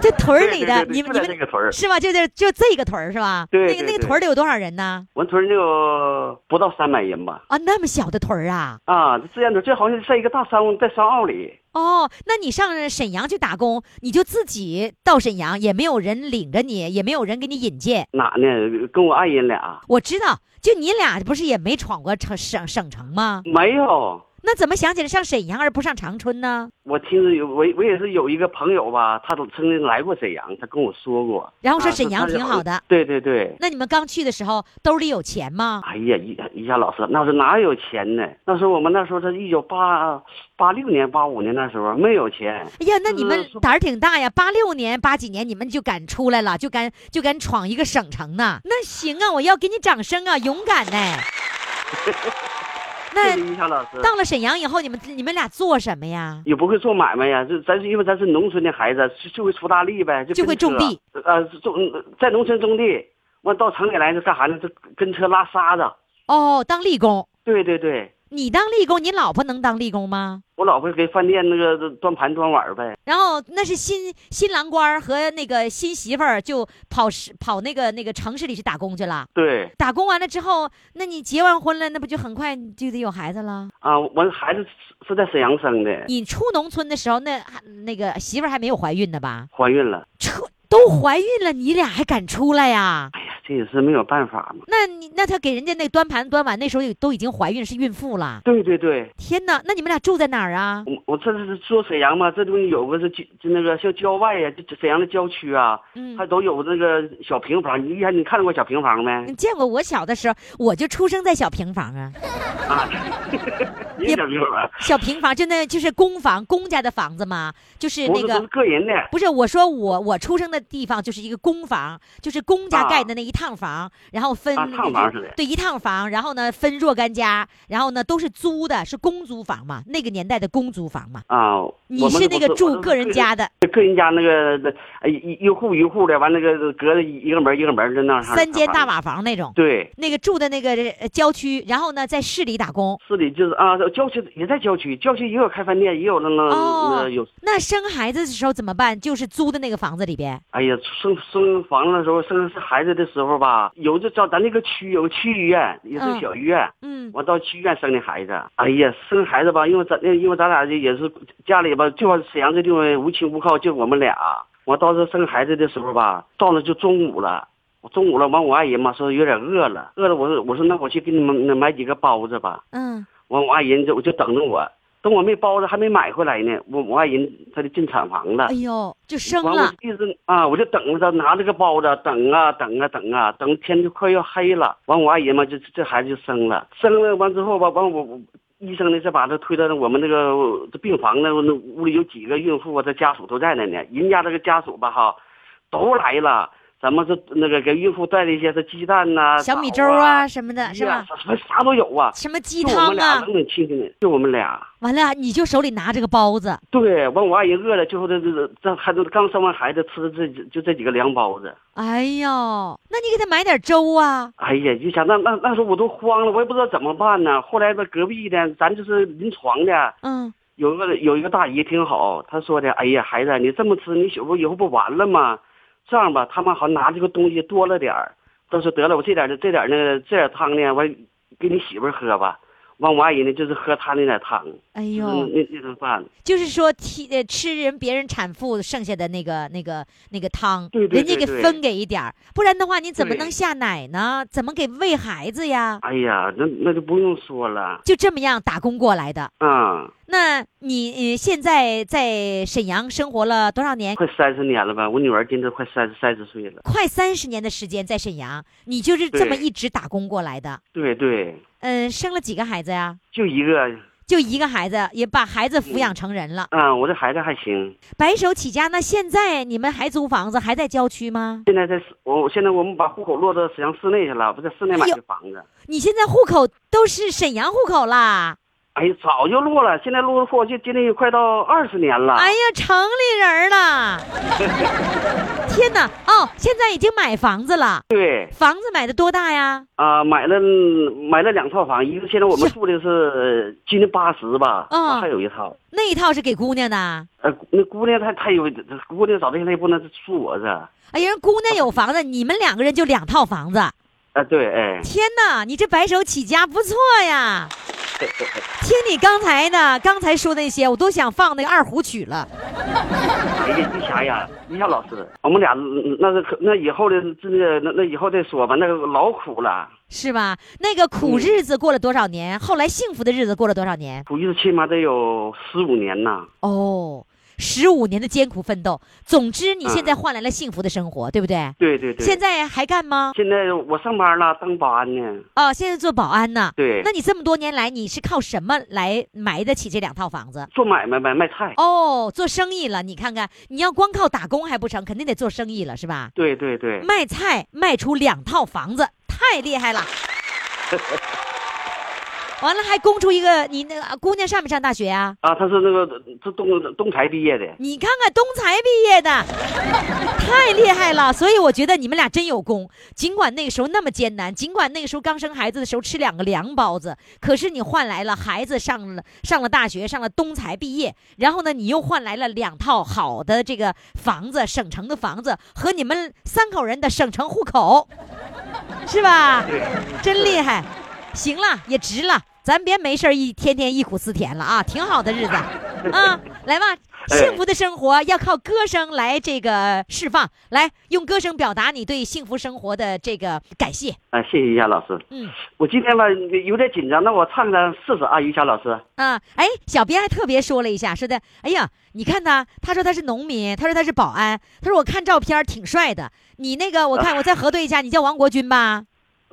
Speaker 3: 这屯儿里的
Speaker 11: 对对对对
Speaker 3: 你们
Speaker 11: 就
Speaker 3: 你
Speaker 11: 在这
Speaker 3: 们
Speaker 11: 个屯儿，
Speaker 3: 是吧？就这就这个屯儿是吧？
Speaker 11: 对
Speaker 3: 那个
Speaker 11: 对
Speaker 3: 那个
Speaker 11: 对
Speaker 3: 屯儿里有多少人呢？
Speaker 11: 我们屯儿就不到三百人吧。
Speaker 3: 啊，那么小的屯儿啊！
Speaker 11: 啊，这样的，这好像在一个大山在山坳里，
Speaker 3: 哦，那你上沈阳去打工，你就自己到沈阳，也没有人领着你，也没有人给你引荐。
Speaker 11: 哪呢？跟我爱人俩
Speaker 3: 我知道，就你俩不是也没闯过城省省城吗？
Speaker 11: 没有。
Speaker 3: 那怎么想起来上沈阳而不上长春呢？
Speaker 11: 我听着有我我也是有一个朋友吧，他都曾经来过沈阳，他跟我说过，
Speaker 3: 然后说
Speaker 11: 啊
Speaker 3: 沈阳挺好的。
Speaker 11: 他对对对，
Speaker 3: 那你们刚去的时候兜里有钱吗？
Speaker 11: 哎呀，一一下老师，那时候哪有钱呢？那时候我们那时候是一九八八六年、八五年那时候没有钱，
Speaker 3: 哎呀，那你们
Speaker 11: 嗯是
Speaker 3: 胆儿挺大呀！八六年、八几年你们就敢出来了，就敢就敢闯一个省城呢。那行啊，我要给你掌声啊，勇敢呢、
Speaker 11: 谢
Speaker 3: 那
Speaker 11: 谢一下老师。
Speaker 3: 到了沈阳以后，你们你们俩做什么呀？
Speaker 11: 也不会做买卖呀，这咱是因为咱是农村的孩子，就就会出大力呗，就
Speaker 3: 就会
Speaker 11: 跟车
Speaker 3: 种地，
Speaker 11: 呃，种在农村种地，完到城里来就干啥呢？就跟车拉沙子。
Speaker 3: 哦，当力工。
Speaker 11: 对对对，
Speaker 3: 你当力工，你老婆能当力工吗？
Speaker 11: 我老婆给饭店那个端盘端碗呗。
Speaker 3: 然后那是新新郎官儿和那个新媳妇儿就跑市跑那个那个城市里去打工去了。
Speaker 11: 对，
Speaker 3: 打工完了之后，那你结完婚了，那不就很快你就得有孩子了？
Speaker 11: 啊，我孩子是是在沈阳生的，
Speaker 3: 你出农村的时候，那还那个媳妇儿还没有怀孕呢吧？
Speaker 11: 怀孕了。
Speaker 3: 车都都怀孕了，你俩还敢出来呀？
Speaker 11: 哎呀，这也是没有办法嘛。
Speaker 3: 那你那他给人家那端盘端碗，那时候也都已经怀孕是孕妇了。
Speaker 11: 对对对，
Speaker 3: 天哪，那你们俩住在哪儿啊？
Speaker 11: 我我这是做沈阳嘛，这东西有个是就就那个像郊外呀、就沈阳的郊区啊，
Speaker 3: 嗯
Speaker 11: 它都有那个小平房。你看你看到过小平房没？
Speaker 3: 你见过我小的时候，我就出生在小平房啊，
Speaker 11: 啊，也小平房，
Speaker 3: 小平房就那就是公房，公家的房子嘛，就是
Speaker 11: 不
Speaker 3: 那
Speaker 11: 是
Speaker 3: 个
Speaker 11: 都是个人的。
Speaker 3: 不是，我说我我出生的地方就是一个公房，就是公家盖的那一趟房，然后分、
Speaker 11: 啊趟房似的
Speaker 3: 对一趟房，然后呢分若干家，然后呢都是租的，是公租房嘛，那个年代的公租房嘛。
Speaker 11: 啊，我
Speaker 3: 你
Speaker 11: 们
Speaker 3: 是那
Speaker 11: 不
Speaker 3: 个住
Speaker 11: 我
Speaker 3: 个人家的
Speaker 11: 个人家那个那哎一一户一户的，完那个隔着一个门一个门的那啥
Speaker 3: 三间大
Speaker 11: 瓦。
Speaker 3: 瓦房那种，
Speaker 11: 对，
Speaker 3: 那个住的那个呃郊区，然后呢在市里打工。
Speaker 11: 市里就是啊，郊区也在郊区，郊区也有开饭店，也有那个、
Speaker 3: 哦
Speaker 11: 那有。，
Speaker 3: 那生孩子的时候怎么办？就是租的那个房子里边。
Speaker 11: 哎呀，生生房子的时候，生孩子的时候吧，有这叫咱那个区有个区医院，也是
Speaker 3: 嗯
Speaker 11: 小医院。
Speaker 3: 嗯，
Speaker 11: 我到区医院生的孩子，哎呀，生孩子吧，因为咱因为咱俩这也是家里吧，就沈阳这地方无亲无靠，就我们俩。我当时生孩子的时候吧，到了就中午了，我中午了，完我爱人嘛说有点饿了，饿了我说我说那我去给你们那买几个包子吧。
Speaker 3: 嗯，
Speaker 11: 完我爱人就我就等着我，等我没包子还没买回来呢，我我爱人他就进产房了
Speaker 3: 哎。呦，就生
Speaker 11: 完，我
Speaker 3: 了
Speaker 11: 就一直啊，我就等着他拿这个包子，等啊等啊等啊，等天就快要黑了。完，我爱人嘛，就这这孩子就生了，生了完之后吧，完我我医生呢，再把他推到那我们那个这病房那那屋里有几个孕妇啊，他家属都在那呢。人家这个家属吧哈，都来了，咱们这那个给孕妇带了一些这鸡蛋呐、
Speaker 3: 小米
Speaker 11: 枣
Speaker 3: 粥啊
Speaker 11: 啊，
Speaker 3: 什么的，
Speaker 11: 鱼
Speaker 3: 是
Speaker 11: 啊
Speaker 3: 吧？
Speaker 11: 什么啥都有啊，
Speaker 3: 什么鸡
Speaker 11: 就我
Speaker 3: 汤
Speaker 11: 们俩
Speaker 3: 啊
Speaker 11: 冷？冷清清的，就我们俩。
Speaker 3: 完了，你就手里拿着个包子。
Speaker 11: 对，完我爱人饿了，最后这这这孩子刚生完孩子，吃的这几就这几个凉包子。
Speaker 3: 哎呦，那你给他买点粥啊！
Speaker 11: 哎呀，就想那那那时候我都慌了，我也不知道怎么办呢。后来吧，隔壁的咱就是临床的，
Speaker 3: 嗯，
Speaker 11: 有一个有一个大姨挺好，她说的，哎呀，孩子，你这么吃，你媳妇以后不完了吗？这样吧，他们好像拿这个东西多了点儿，都说得了，我这点儿这点儿那个这点儿汤呢，完给你媳妇儿喝吧。完，我爱人呢就是喝她那点儿汤，
Speaker 3: 哎
Speaker 11: 就是
Speaker 3: 呦，
Speaker 11: 那那顿饭。
Speaker 3: 就是说替呃吃人别人产妇剩下的那个那个那个汤，
Speaker 11: 对对
Speaker 3: 人家
Speaker 11: 对
Speaker 3: 给
Speaker 11: 对
Speaker 3: 分给一点儿，不然的话你怎么
Speaker 11: 对
Speaker 3: 能下奶呢？怎么给喂孩子呀？
Speaker 11: 哎呀，那那就不用说了，
Speaker 3: 就这么样打工过来的。
Speaker 11: 嗯，
Speaker 3: 那你呃现在在沈阳生活了多少年？
Speaker 11: 快三十年了吧？我女儿今年快三十三十岁了。
Speaker 3: 快三十年的时间在沈阳，你就是这么
Speaker 11: 对
Speaker 3: 一直打工过来的。
Speaker 11: 对对，
Speaker 3: 嗯，生了几个孩子呀？
Speaker 11: 就一个，
Speaker 3: 就一个孩子，也把孩子抚养成人了。
Speaker 11: 嗯，我这孩子还行。
Speaker 3: 白手起家，那现在你们还租房子，还在郊区吗？
Speaker 11: 现在在市我现在我们把户口落到沈阳市内去了，不在市内买的房子。
Speaker 3: 哎你现在户口都是沈阳户口啦？
Speaker 11: 哎呀，早就落了，现在落的户口就今天也快到二十年了。
Speaker 3: 哎呀，城里人儿了！天哪，哦，现在已经买房子了，
Speaker 11: 对
Speaker 3: 房子买的多大呀？
Speaker 11: 啊、买了买了两套房，一个现在我们住的是今年八十吧，
Speaker 3: 嗯
Speaker 11: 还有一套。
Speaker 3: 那一套是给姑娘的。
Speaker 11: 呃，那姑娘她她有姑娘找对象，她也不能住我这。啊、
Speaker 3: 哎呀，人姑娘有房子，你们两个人就两套房子。
Speaker 11: 对，哎，
Speaker 3: 天哪，你这白手起家不错呀！听你刚才呢，刚才说那些，我都想放那个二胡曲了。
Speaker 11: 哎呀，一霞呀，一霞老师，我们俩那是可那以后的这个那那以后再说吧，那个老苦了，
Speaker 3: 是吧？那个
Speaker 11: 嗯
Speaker 3: 苦日子过了多少年？后来幸福的日子过了多少年？
Speaker 11: 苦日子起码得有十五年呐。
Speaker 3: 哦，十五年的艰苦奋斗。总之，你
Speaker 11: 嗯
Speaker 3: 现在换来了幸福的生活，对不对？
Speaker 11: 对对对。
Speaker 3: 现在还干吗？
Speaker 11: 现在我上班了，当保安呢。
Speaker 3: 哦，现在做保安呢。
Speaker 11: 对
Speaker 3: 那你这么多年来，你是靠什么来埋得起这两套房子？
Speaker 11: 做买卖呗，卖菜。
Speaker 3: 哦，做生意了。你看看，你要光靠打工还不成，肯定得做生意了，是吧？
Speaker 11: 对对对，
Speaker 3: 卖菜卖出两套房子，太厉害了。完了，还供出一个你那个姑娘上没上大学啊？
Speaker 11: 啊，他是那个这东东财毕业的，
Speaker 3: 你看看东财毕业的， 太厉害了。所以我觉得你们俩真有功。尽管那个时候那么艰难，尽管那个时候刚生孩子的时候吃两个凉包子，可是你换来了孩子上了上了大学，上了东财毕业，然后呢，你又换来了两套好的这个房子，省城的房子和你们三口人的省城户口，是吧？真厉害。行了，也值了，咱别没事儿一天天忆苦思甜了啊，挺好的日子啊，来吧，
Speaker 6: 哎
Speaker 3: 幸福的生活要靠歌声来这个释放，来用歌声表达你对幸福生活的这个感谢。
Speaker 11: 哎
Speaker 6: 啊，谢谢于霞老师。
Speaker 3: 嗯
Speaker 6: 我今天吧有点紧张，那我唱唱试试啊，于霞老师。
Speaker 3: 啊，哎，小编还特别说了一下，说的，哎呀，你看他，他说他是农民，他说他是保安，他说我看照片儿挺帅的，你那个我看我再核对一下，你叫王国军吧？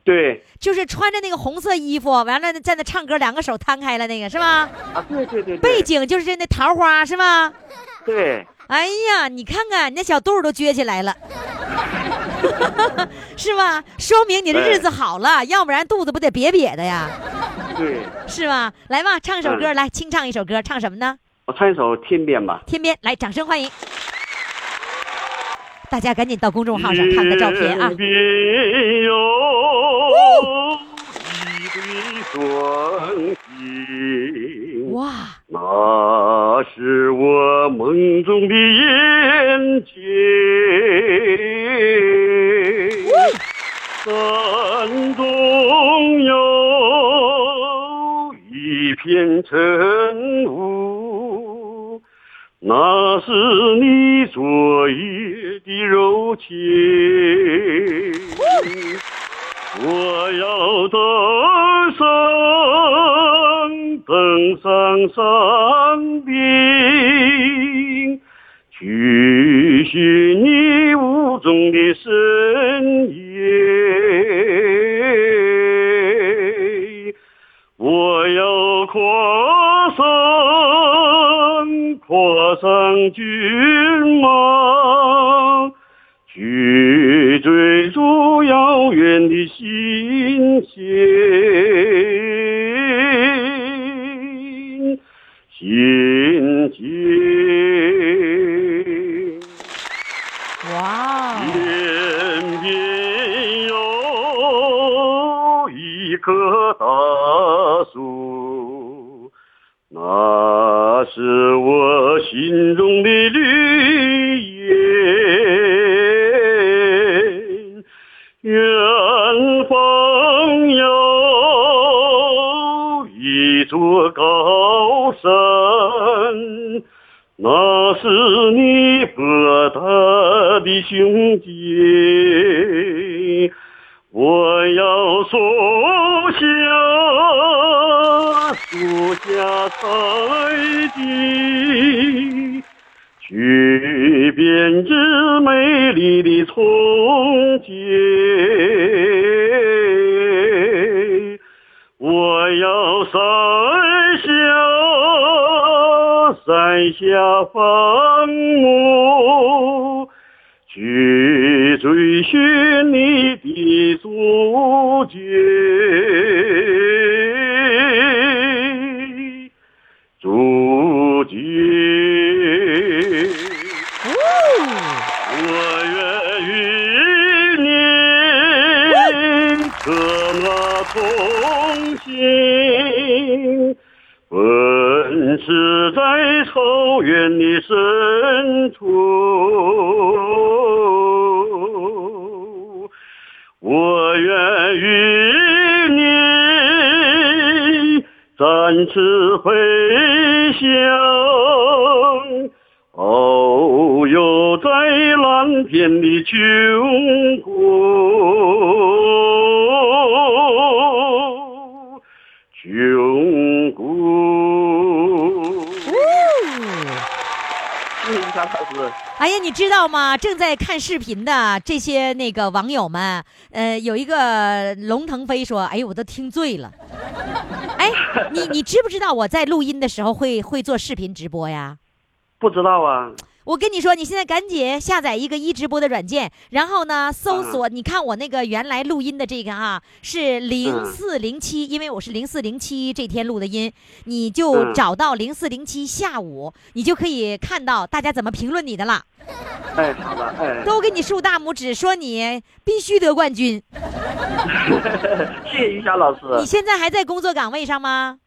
Speaker 6: 对，
Speaker 3: 就是穿着那个红色衣服，完了在那唱歌，两个手摊开了那个是吧？
Speaker 6: 啊，对对对对，
Speaker 3: 背景就是那桃花是吧？
Speaker 6: 对，
Speaker 3: 哎呀，你看看你那小肚儿都撅起 来了，是吧？说明你的日子好了，要不然肚子不得瘪瘪的呀，
Speaker 6: 对，
Speaker 3: 是吧？来吧，唱首歌，
Speaker 6: 嗯
Speaker 3: 来清唱一首歌，唱什么呢？
Speaker 6: 我唱一首《天边》吧。
Speaker 3: 天边，来，掌声欢迎！大家赶紧到公众号上看看照片啊
Speaker 6: 天！边有一对双星，
Speaker 3: 哇，
Speaker 6: 那是我梦中的眼睛。山中有一片晨雾，那是你昨夜的柔情。我要登上登上山顶，去寻你雾中的身影。我要跨上跨上骏马，去追逐遥远的星星，星星。
Speaker 3: 哇哦，
Speaker 6: 天边有一棵大树，那是我心中的绿叶。远方有一座高山。那是你博大的胸襟，我要树下树下采集，去编织美丽的憧憬。我要山下山下放牧，去追寻你的足迹，足迹。我愿与你策马同行，奔驰在草原的深处。我愿与你展翅飞翔，遨游在蓝天的穹谷，穹谷。谢谢于霞老嗯师。
Speaker 3: 哎呀，你知道吗？正在看视频的这些那个网友们，呃，有一个龙腾飞说：“哎呦，我都听醉了。”哎，你你知不知道我在录音的时候会会做视频直播呀？
Speaker 6: 不知道 啊，
Speaker 3: 我跟你说，你现在赶紧下载一个一直播的软件，然后呢，搜索，你看我那个原来录音的这个啊，是零四零七，因为我是零四零七这天录的音，你就
Speaker 6: 嗯
Speaker 3: 找到零四零七下午，你就可以看到大家怎么评论你的了，
Speaker 6: 哎，好的，哎，
Speaker 3: 都给你竖大拇指，说你必须得冠军。
Speaker 6: 谢谢于霞老师。
Speaker 3: 你现在还在工作岗位上吗？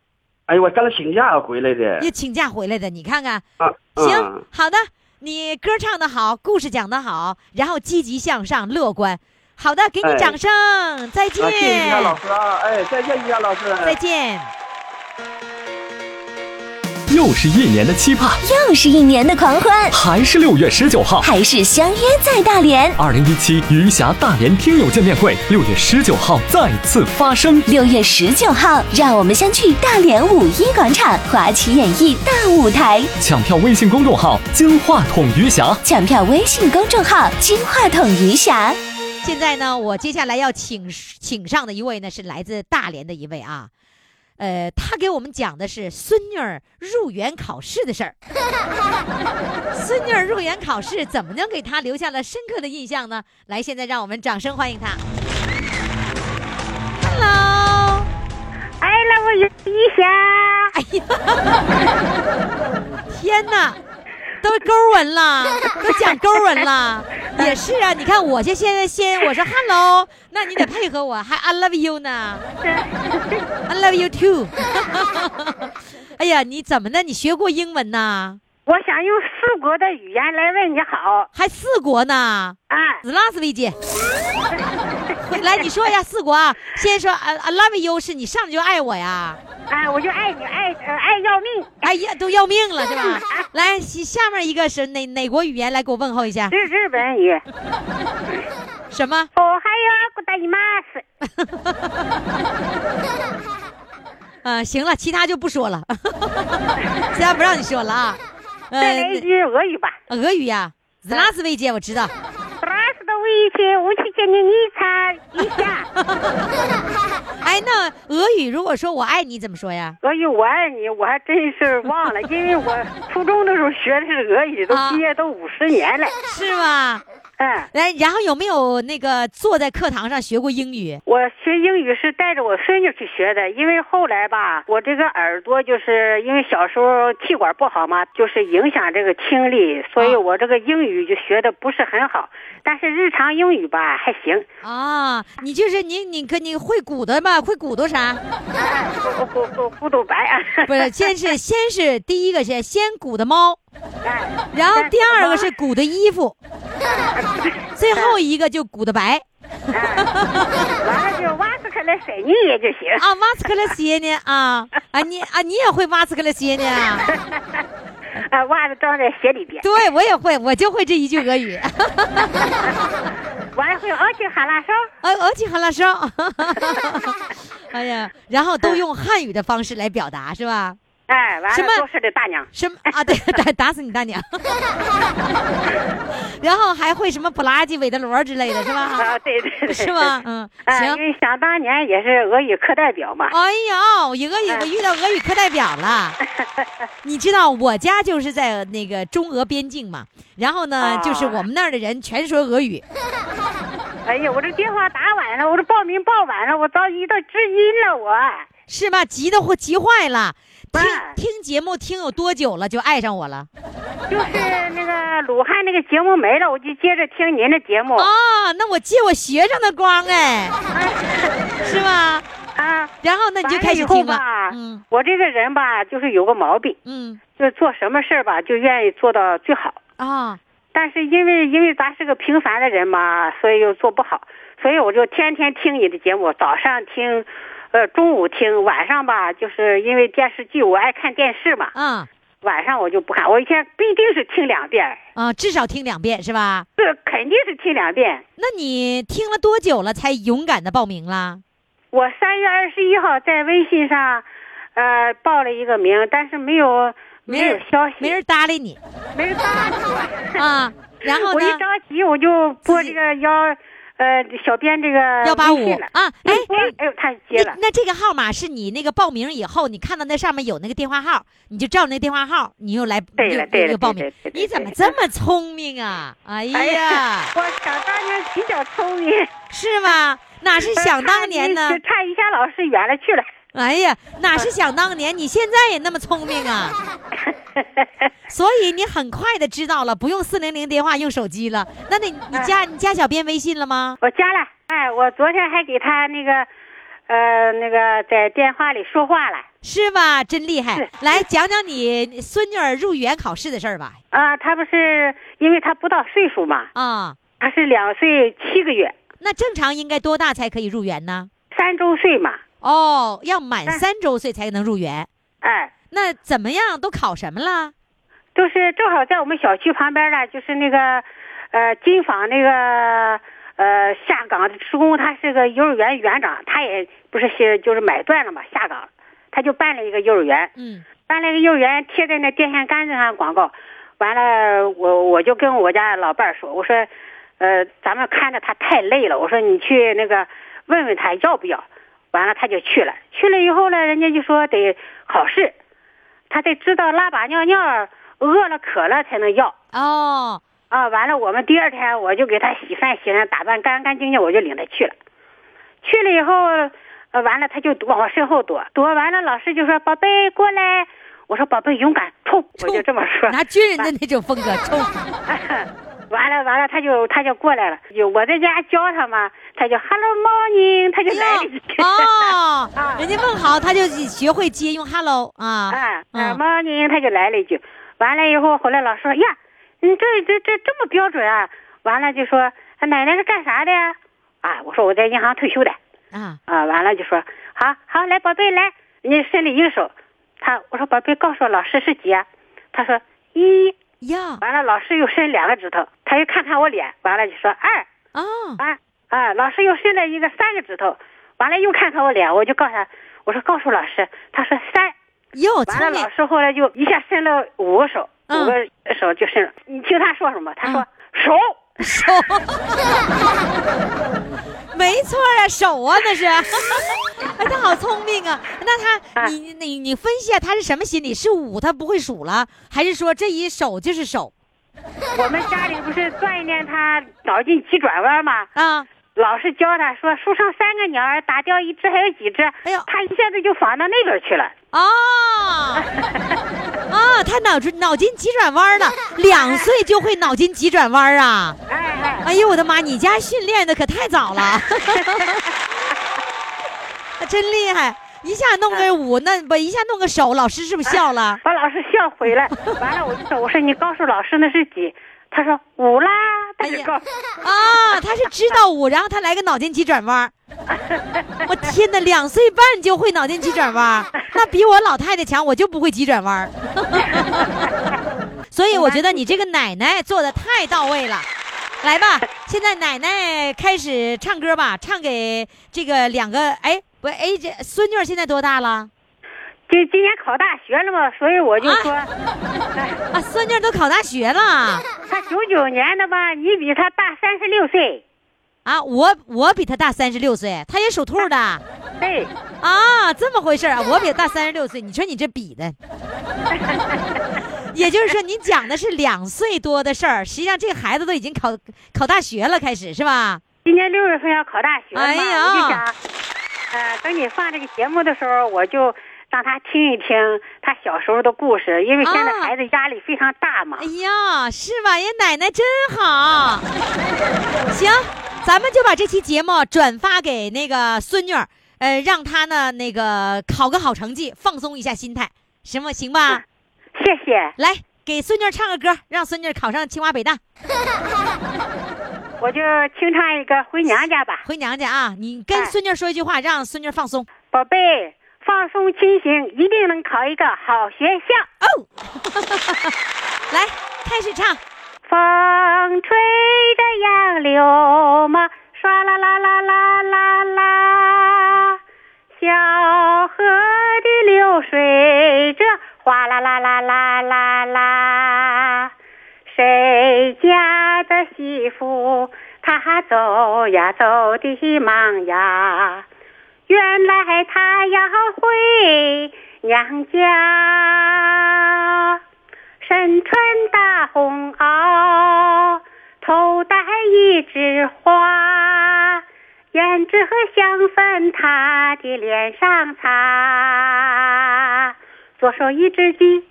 Speaker 6: 哎，我刚才请假回来的。
Speaker 3: 也请假回来的，你看看，
Speaker 6: 啊，
Speaker 3: 行
Speaker 6: 嗯，
Speaker 3: 好的，你歌唱的好，故事讲的好，然后积极向上、乐观。好的，给你
Speaker 6: 哎
Speaker 3: 掌声，再见，
Speaker 6: 啊，谢谢于霞老师啊，哎，再见，于霞老师。
Speaker 3: 再见。
Speaker 1: 又又是一年的期盼，
Speaker 2: 又是一年的狂欢，
Speaker 1: 还是六月十九号，
Speaker 2: 还是相约在大连。
Speaker 1: 二零一七余霞大连听友见面会，六月十九号再次发生。
Speaker 2: 六月十九号，让我们相聚大连五一广场华旗演艺大舞台。
Speaker 1: 抢票微信公众号：金话筒余霞。
Speaker 2: 抢票微信公众号：金话筒余霞。
Speaker 3: 现在呢，我接下来要请请上的一位呢是来自大连的一位啊，呃，他给我们讲的是孙女儿入园考试的事儿。孙女儿入园考试怎么能给他留下了深刻的印象呢？来，现在让我们掌声欢迎他。Hello，
Speaker 7: 哎，那我有一下，
Speaker 3: 哎呀，天哪！都勾文了，都讲勾文了，也是啊。你看我这现在先我说 hello，那你得配合我，还 I love you 呢，I love you too 哎呀，你怎么的？你学过英文呐？
Speaker 7: 我想用四国的语言来为你好。
Speaker 3: 还四国呢？
Speaker 7: 啊
Speaker 3: ，Slavic。来，你说一下四国啊。先说 I I love you 是你上来就爱我呀？
Speaker 7: 啊，我就爱你，爱呃爱要命。
Speaker 3: 哎呀，都要命了，对吧？来，下面一个是哪哪国语言？来给我问候一下。
Speaker 7: 日日本语。
Speaker 3: 什么？
Speaker 7: 哦，还有古代姨妈是。
Speaker 3: 嗯，行了，其他就不说了，其他不让你说了啊。
Speaker 7: 呃、再来一句俄语吧。嗯
Speaker 3: 俄语呀、啊，斯拉斯维姐，我 知道。
Speaker 7: 一些无期间的一擦一下。
Speaker 3: 哎，那俄语如果说我爱你怎么说呀？
Speaker 7: 俄语我爱你，我还真是忘了，因 为我初中的时候学的是 俄语，都
Speaker 3: 啊
Speaker 7: 毕业都五十年了。啊、
Speaker 3: 是吗？
Speaker 7: 嗯。
Speaker 3: 来，然后有没有那个坐在课堂上学过英语？
Speaker 7: 我学英语是带着我孙女去学的，因为后来吧，我这个耳朵就是因为小时候气管不好嘛，就是影响这个听力，所
Speaker 3: 啊
Speaker 7: 以我这个英语就学的不是很好，但是日常。英语吧还行
Speaker 3: 啊，你就是你你跟你会鼓捣吗？会鼓捣啥？
Speaker 7: 鼓鼓 鼓捣白。啊
Speaker 3: 不是，先是先是第一个是先鼓捣猫， 然后第二个是鼓捣衣服，最后一个就鼓捣白。
Speaker 7: 完了就瓦斯克勒塞尼也就行
Speaker 3: 啊，瓦斯克勒塞尼啊啊你啊你也会瓦斯克勒塞尼啊？
Speaker 7: 啊，袜子装在鞋里边。
Speaker 3: 对，我也会，我就会这一句俄 语。
Speaker 7: 我还会俄语哈拉烧。
Speaker 3: 呃，俄语哈拉烧。 哎呀，然后都用汉语的方式来表达，是吧？
Speaker 7: 哎，完了都是的大娘。
Speaker 3: 什么啊？对， 打打死你大 娘。然后还会什么布拉吉、韦德罗之类的，是吧？
Speaker 7: 啊，对对 对。
Speaker 3: 是 吗？嗯，
Speaker 7: 行。因为哎想当年也是俄语课代表嘛。
Speaker 3: 哎呦，俄语我遇到俄语课代表 了。你知道我家就是在那个中俄边境嘛，然后
Speaker 7: 啊
Speaker 3: 呢，就是我们那儿的人全说俄语。
Speaker 7: 哎呀，我这电话打晚了，我这报名报晚了，我着急到知音了，我。
Speaker 3: 是吧？急的或急坏了。听听节目听有多久了，就爱上我了？
Speaker 7: 就是那个鲁汉那个节目没了，我就接着听您的节目。
Speaker 3: 啊、哦，那我借我学生的光 哎，是吧？
Speaker 7: 啊，
Speaker 3: 然后那你就开始听了。
Speaker 7: 吧嗯，我这个人吧，就是有个毛病，
Speaker 3: 嗯，
Speaker 7: 就是做什么事儿吧，就愿意做到最好
Speaker 3: 啊。哦、
Speaker 7: 但是因为因为咱是个平凡的人嘛，所以又做不好，所以我就天天听你的节目，早上听。呃，中午听，晚上吧，就是因为电视剧我爱看电视嘛。
Speaker 3: 嗯，
Speaker 7: 晚上我就不看，我一天必定是听两遍。
Speaker 3: 啊、嗯，至少听两遍是吧？
Speaker 7: 是，肯定是听两遍。
Speaker 3: 那你听了多久了才勇敢的报名啦？
Speaker 7: 我三月二十一号在微信上，呃，报了一个名，但是没有没有消息，
Speaker 3: 没人搭理你，
Speaker 7: 没人搭理我。
Speaker 3: 啊嗯，然后
Speaker 7: 我一着急我就拨这个幺。呃，小编这个
Speaker 3: 幺八五啊，哎
Speaker 7: 哎呦，他接了。
Speaker 3: 那这个号码是你那个报名以后，你看到那上面有那个电话号，你就照那电话号，你又来
Speaker 7: 对了对了
Speaker 3: 报名。你怎么这么聪明啊？哎呀，
Speaker 7: 我想当年比较聪明， 呃
Speaker 3: 是吗？哪是想当年呢？
Speaker 7: 差一下老师远了去了。
Speaker 3: 哎 呀，哪是想当年？你现在也那么聪明啊！ 所以你很快的知道了，不用四零零电话，用手机了。那你你
Speaker 7: 哎
Speaker 3: 加、啊、你加小编微信了吗？
Speaker 7: 我加了，哎，我昨天还给他那个，呃，那个在电话里说话了，
Speaker 3: 是吧？真厉害！来讲讲你孙女儿入园考试的事儿吧。
Speaker 7: 啊，她不是因为她不到岁数嘛，
Speaker 3: 啊，
Speaker 7: 她是两岁七个月。
Speaker 3: 那正常应该多大才可以入园呢？
Speaker 7: 三周岁嘛。
Speaker 3: 哦，要满三周岁才能入园。
Speaker 7: 哎。
Speaker 3: 那怎么样？都考什么了？
Speaker 7: 都是正好在我们小区旁边呢，就是那个，呃，金纺那个，呃，下岗的职工，他是个幼儿园园长，他也不是是就是买断了嘛，下岗，他就办了一个幼儿园，
Speaker 3: 嗯，
Speaker 7: 办了一个幼儿园，贴在那电线杆子上广告，完了，我我就跟我家老伴儿说，我说，呃，咱们看着他太累了，我说你去那个问问他要不要，完了他就去了，去了以后呢，人家就说得考试，他得知道拉粑尿尿，饿了渴了才能要
Speaker 3: 哦，
Speaker 7: 啊。完了，我们第二天我就给他洗饭洗上，打扮干干净净，我就领他去了。去了以后，呃，完了他就往我身后躲，躲完了老师就说：“宝贝过来。”我说：“宝贝勇敢冲！”我就这么说。
Speaker 3: 拿军人的那种风格冲。
Speaker 7: 完了完了，他就他就过来了，有我在家教他嘛，他就 Hello morning，他就
Speaker 3: 哎
Speaker 7: 来了
Speaker 3: 呦
Speaker 7: 一句。
Speaker 3: 哦
Speaker 7: 啊，
Speaker 3: 人家问好，他就学会接用 hello
Speaker 5: 哎
Speaker 3: 啊，
Speaker 7: 啊，
Speaker 3: 嗯
Speaker 7: 嗯，猫宁他就来了一句，完了以后回来老师说呀，你这这这这么标准啊？完了就说啊奶奶是干啥的呀？啊，我说我在银行退休的。
Speaker 3: 啊，
Speaker 7: 啊，完了就说好好来宝贝来，人家伸了一个手，他我说宝贝告诉我老师是几啊？他说一，
Speaker 3: 呀
Speaker 7: 完了老师又伸两个指头，他又看看我脸，完了就说二
Speaker 3: 啊，
Speaker 7: 啊啊，老师又伸了一个三个指头，完了又看看我脸，我就告诉他我说告诉老师，他说三。
Speaker 3: 哟，
Speaker 7: 完了，
Speaker 3: 聪明
Speaker 7: 老，师后来就一下伸了五个手，
Speaker 3: 嗯
Speaker 7: 五个手就伸了。你听他说什么？他说、
Speaker 3: 嗯
Speaker 7: 手，
Speaker 3: 手，没错啊，手啊，那是。 哎，他好聪明啊！那他，
Speaker 7: 啊
Speaker 3: 你你你分析下他是什么心理？是五他不会数了，还是说这一手就是手
Speaker 7: 我们家里不是锻炼他脑筋急转弯吗？
Speaker 3: 啊？
Speaker 7: 老师教他说，树上三个鸟儿，打掉一只还有几只？
Speaker 3: 哎呦
Speaker 7: 他一下子就仿到那边去了。
Speaker 3: 啊啊！他脑子脑筋急转弯了，两岁就会脑筋急转弯啊！
Speaker 7: 哎哎，
Speaker 3: 哎呦我的妈！你家训练的可太早 了，真厉害！一下弄个五，那不一下弄个手，老师是不是笑了？
Speaker 7: 啊把老师笑回来。完了，我就说，我说你告诉老师那是几？他说五啦。他
Speaker 3: 哎
Speaker 7: 就
Speaker 3: 呀
Speaker 7: 告 诉。
Speaker 3: 啊，他是知道五，然后他来个脑筋急转弯 儿。我天哪，两岁半就会脑筋急转弯 儿，那比我老太太强，我就不会急转弯儿。所以我觉得你这个奶奶做的太到位了。来吧，现在奶奶开始唱歌吧，唱给这个两个哎不哎这孙女儿现在多大了
Speaker 7: 今今年考大学了嘛，所以我就说，
Speaker 3: 啊？孙女儿都考大学了
Speaker 7: 他九九年的吧，你比他大三十六岁，
Speaker 3: 啊！我我比她大三十六岁，她也属兔的。
Speaker 7: 对。
Speaker 3: 啊，这么回事儿啊！我比大三十六岁，你说你这比的，也就是说你讲的是两岁多的事儿，实际上这个孩子都已经考考大学了，开始是吧？
Speaker 7: 今年六月份要考大学了嘛，
Speaker 3: 哎呀
Speaker 7: 我就想，呃，等你放这个节目的时候，我就让他听一听他小时候的故事，因为现在
Speaker 3: 啊
Speaker 7: 孩子压力非常大嘛
Speaker 3: 哎。呀，是吧？人奶奶真好。行，咱们就把这期节目转发给那个孙女儿，呃，让她呢那个考个好成绩，放松一下心态，行吗？行吧？
Speaker 7: 啊谢谢，
Speaker 3: 来给孙女儿唱个歌，让孙女儿考上清华北大。
Speaker 7: 我就清唱一个《回娘家》吧，
Speaker 3: 回娘家啊！你跟
Speaker 7: 哎
Speaker 3: 孙女儿说一句话，让孙女儿放松。
Speaker 7: 宝贝，放松心情，一定能考一个好学校。
Speaker 3: 哦， 来开始唱。
Speaker 7: 风吹着杨柳嘛，唰啦啦啦啦啦啦，小河的流水这哗啦啦啦啦啦啦，谁家的媳妇她走呀走的忙呀，原来她要回娘家。身穿大红袄，头戴一枝花，胭脂和香粉她的脸上擦，左手一只鸡，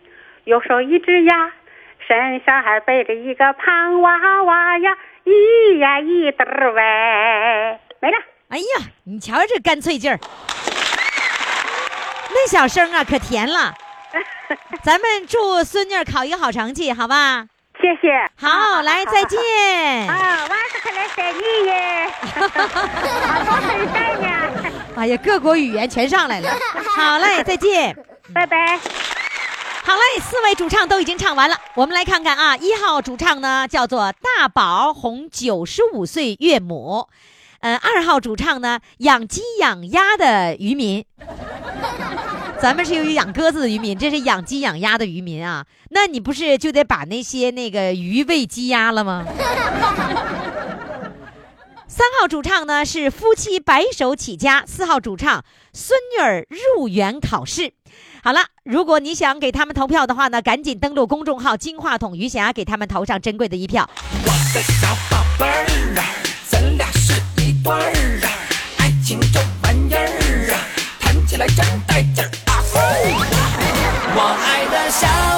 Speaker 7: 右手一只鸭，身上还背着一个胖娃娃呀，咿呀咿得儿喂，没了。
Speaker 3: 哎呀，你瞧瞧这干脆劲儿，那小声啊可甜 了。咱们祝孙女儿考一个好成绩，好吧？
Speaker 7: 谢谢。
Speaker 3: 好，哎来再见。
Speaker 7: 啊，晚上可来晒你耶，好多很晒 呢，
Speaker 3: 哎呀，各国语言全上来了。好嘞，再见。
Speaker 7: 拜拜。
Speaker 3: 好嘞，四位主唱都已经唱完了，我们来看看啊，一号主唱呢叫做大宝哄九十五岁岳母，嗯、二号主唱呢养鸡养鸭的渔 民，咱们是由于养鸽子的渔民，这是养鸡养鸭的渔民啊，那你不是就得把那些那个鱼喂鸡鸭了吗？三号主唱呢是夫妻白手起家，四号主唱孙女儿入园考试。好了，如果你想给他们投票的话呢，赶紧登录公众号“金话筒余霞”，给他们投上珍贵的一票。
Speaker 4: 我的小宝贝儿啊，咱俩是一对儿啊，爱情这玩意儿啊，谈起来真带劲儿啊！呼我爱的小